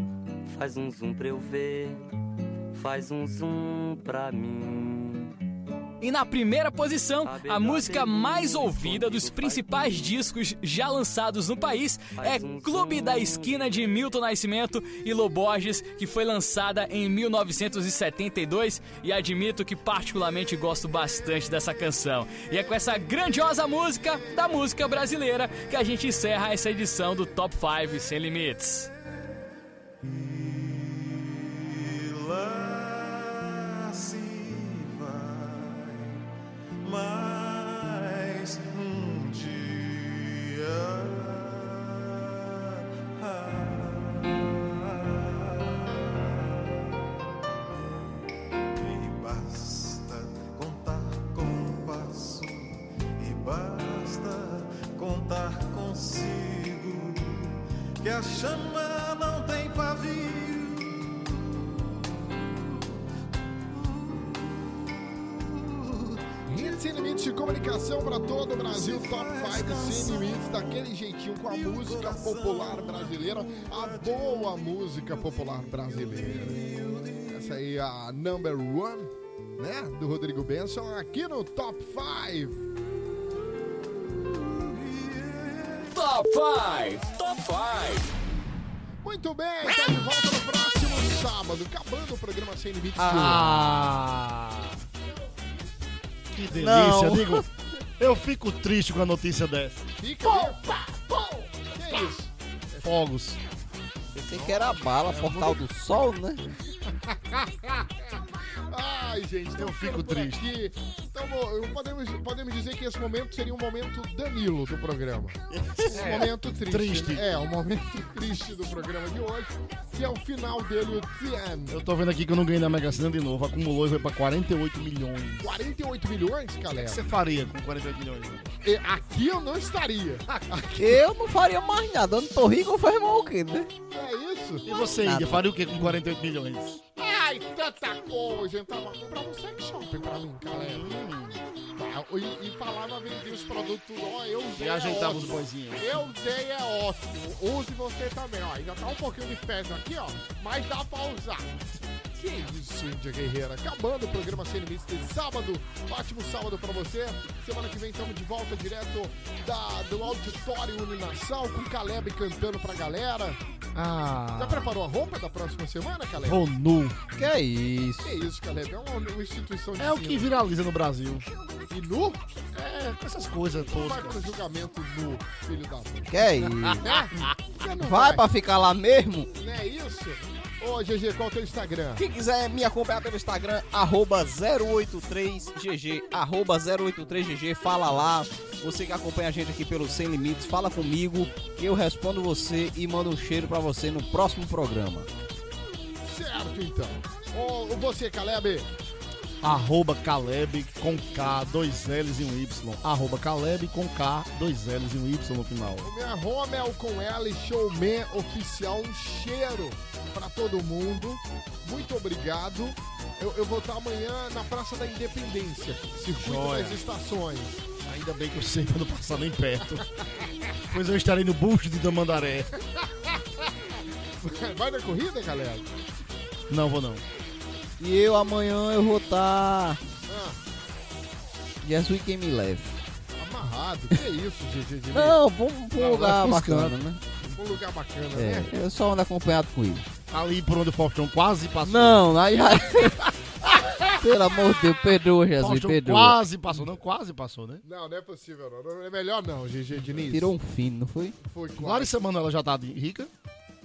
Speaker 8: faz um zoom pra eu ver, faz um zoom pra mim.
Speaker 6: E na primeira posição, a música mais ouvida dos principais discos já lançados no país é Clube da Esquina de Milton Nascimento e Loborges, que foi lançada em 1972 e admito que particularmente gosto bastante dessa canção. E é com essa grandiosa música da música brasileira que a gente encerra essa edição do Top 5 Sem Limites.
Speaker 10: lá se vai mais um dia. E basta contar com o passo, e basta contar consigo que a chama não tem pavio.
Speaker 2: E Sem Limites de comunicação para todo o Brasil, Top 5 Sem Limites, daquele jeitinho com a música popular brasileira, a boa música popular brasileira. Essa aí é a number one, né, do Rodrigo Benson, aqui no Top 5.
Speaker 1: Top 5, Top 5.
Speaker 2: Muito bem, tá de volta no próximo sábado, acabando o programa Sem Limites. de hoje.
Speaker 4: Ah. Que delícia,
Speaker 2: Não.
Speaker 4: digo. Eu fico triste com a notícia dessa.
Speaker 2: Fica Opa, Que isso?
Speaker 4: Fogos.
Speaker 3: Pensei que era a bala, Portal do Sol, né?
Speaker 2: Ai, gente, eu fico triste. Então, eu- podemos, podemos dizer que esse momento seria um momento Danilo do programa. Um
Speaker 4: É.
Speaker 2: momento triste.
Speaker 4: Triste.
Speaker 2: né? É, um momento [laughs] triste do programa de hoje, que é o final dele, o Tien.
Speaker 4: Eu tô vendo aqui que eu não ganhei na Mega Sena de novo. Acumulou e foi pra 48 milhões.
Speaker 2: 48 milhões,
Speaker 4: O que é
Speaker 2: galera.
Speaker 4: que você faria com 48 milhões?
Speaker 2: E Aqui eu não [laughs] estaria.
Speaker 3: Eu não faria mais nada, eu não tô rico, eu faria mais o quê, né?
Speaker 2: É isso?
Speaker 4: E você,
Speaker 3: Nada.
Speaker 4: Índia, faria o que com 48 milhões?
Speaker 2: Ai, tanta coisa. Eu tava comprando um sex shopping pra mim, galera.
Speaker 4: Hum.
Speaker 2: Tá, E, e falava, vendia os produtos, tudo, ó, eu usei
Speaker 4: E ajeitava
Speaker 2: é
Speaker 4: os
Speaker 2: ótimo.
Speaker 4: boizinhos.
Speaker 2: Eu usei é ótimo. Use você também, ó. Ainda tá um pouquinho de fezes aqui, ó. Mas dá pra usar. Que isso, Índia Guerreira. Acabando o programa Sem Limites de sábado. Ótimo sábado pra você. Semana que vem estamos de volta direto da, do auditório Uninassal com Caleb cantando pra galera. Já
Speaker 4: Ah.
Speaker 2: preparou a roupa da próxima semana, Caleb?
Speaker 4: Vou nu.
Speaker 3: Que é isso?
Speaker 2: Que isso, Caleb? É uma, uma instituição de
Speaker 4: É o
Speaker 2: ensino.
Speaker 4: que viraliza no Brasil.
Speaker 2: E nu? É,
Speaker 4: Essas coisas
Speaker 2: vai
Speaker 4: toscas.
Speaker 2: pro julgamento nu, filho da puta.
Speaker 3: Que é isso?
Speaker 2: Né? Por que não
Speaker 3: Vai pra ficar lá mesmo?
Speaker 2: Não é isso? Ô, GG, qual é o teu Instagram?
Speaker 3: Quem quiser me acompanhar pelo Instagram, arroba 083GG, arroba 083GG, fala lá. Você que acompanha a gente aqui pelo Sem Limites, fala comigo, eu respondo você e mando um cheiro pra você no próximo programa.
Speaker 2: Certo, então. Ô, você, Caleb.
Speaker 4: Arroba Caleb com K, dois L's e um Y. Arroba Caleb com K, dois L's e um Y no final.
Speaker 2: O Minha Romel com ela e showman oficial. Um cheiro pra todo mundo. Muito obrigado. Eu, eu vou estar amanhã na Praça da Independência, Circuito
Speaker 4: Joia.
Speaker 2: das Estações. [laughs]
Speaker 4: Ainda bem que eu sei pra não passar nem perto. pois eu estarei no bucho de Damandaré.
Speaker 2: Vai na corrida, galera?
Speaker 4: Não vou não.
Speaker 3: E eu amanhã eu vou tá estar. Jesus quem me leve.
Speaker 2: Amarrado. Que isso, GG
Speaker 3: [laughs]
Speaker 2: de mim?
Speaker 3: Não, vamos pra um lugar bacana, né?
Speaker 2: Um lugar bacana, né?
Speaker 3: É, eu só ando acompanhado com ele.
Speaker 4: Ali por onde o Faustão quase passou.
Speaker 3: Não, aí já. [laughs] Pelo amor de Deus, perdoa, Jesus,
Speaker 4: Faustão
Speaker 3: perdoa.
Speaker 4: quase passou, não, quase passou, né?
Speaker 2: Não, não é possível, não. Não É melhor não, GG Diniz.
Speaker 3: Tirou um fino, não foi?
Speaker 2: Foi claro.
Speaker 4: Larissa Manoela já tá de- rica.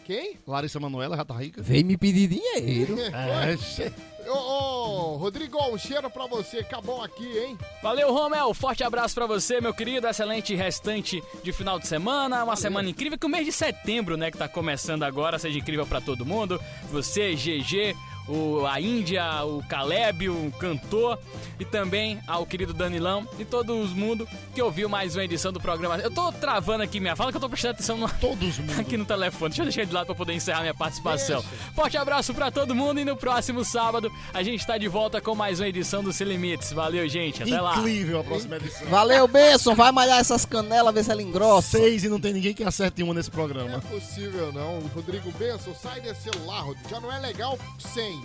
Speaker 2: Quem?
Speaker 4: Larissa Manoela já tá rica.
Speaker 3: Vem me pedir dinheiro.
Speaker 2: [laughs]
Speaker 4: É, che-
Speaker 2: Ô, ô, Rodrigo, um cheiro pra você. Acabou aqui, hein?
Speaker 6: Valeu, Romel. Forte abraço pra você, meu querido. Excelente restante de final de semana. Uma semana incrível que o mês de setembro, né, que tá começando agora, seja incrível pra todo mundo. Você, GG, o, a Índia, o Caleb, o cantor e também ao querido Danilão e todo mundo que ouviu mais uma edição do programa. Eu tô travando aqui minha fala que eu tô prestando atenção no,
Speaker 4: Todos mundo.
Speaker 6: aqui no telefone. Deixa eu deixar de lado pra poder encerrar minha participação. Forte abraço pra todo mundo e no próximo sábado a gente tá de volta com mais uma edição do Sem Limites. Valeu, gente. Até lá.
Speaker 4: Incrível a próxima edição.
Speaker 3: Valeu, Benson. Vai malhar essas canelas, ver se ela engrossa.
Speaker 4: Seis e não tem ninguém que acerte uma nesse
Speaker 2: Não é
Speaker 4: programa.
Speaker 2: possível, não. Rodrigo Benson, sai desse celular, Rodrigo. Já não é legal sem.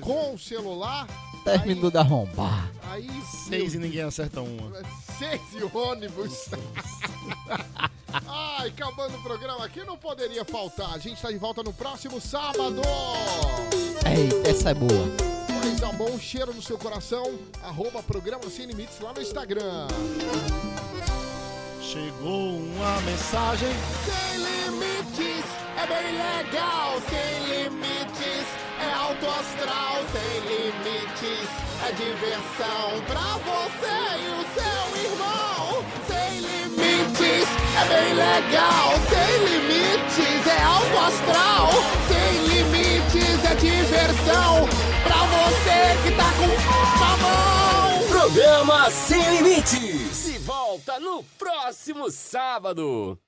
Speaker 2: Com o celular
Speaker 3: término da rombar.
Speaker 2: Aí
Speaker 4: Seis e ninguém acerta uma.
Speaker 2: Seis e ônibus. Ai, acabando o programa aqui, não poderia faltar. A gente tá de volta no próximo sábado.
Speaker 3: Eita, essa é boa.
Speaker 2: Coisa bom, um cheiro no seu coração. Arroba programa Sem Limites lá no Instagram.
Speaker 4: Chegou uma mensagem.
Speaker 2: Sem limites, é bem legal. Sem limites, é alto astral. Sem limites, é diversão pra você e o seu irmão. Sem limites, é bem legal. Sem limites, é alto astral. Sem limites, é diversão pra você que tá com a mão.
Speaker 1: Programa Sem Limites. Se volta no próximo sábado.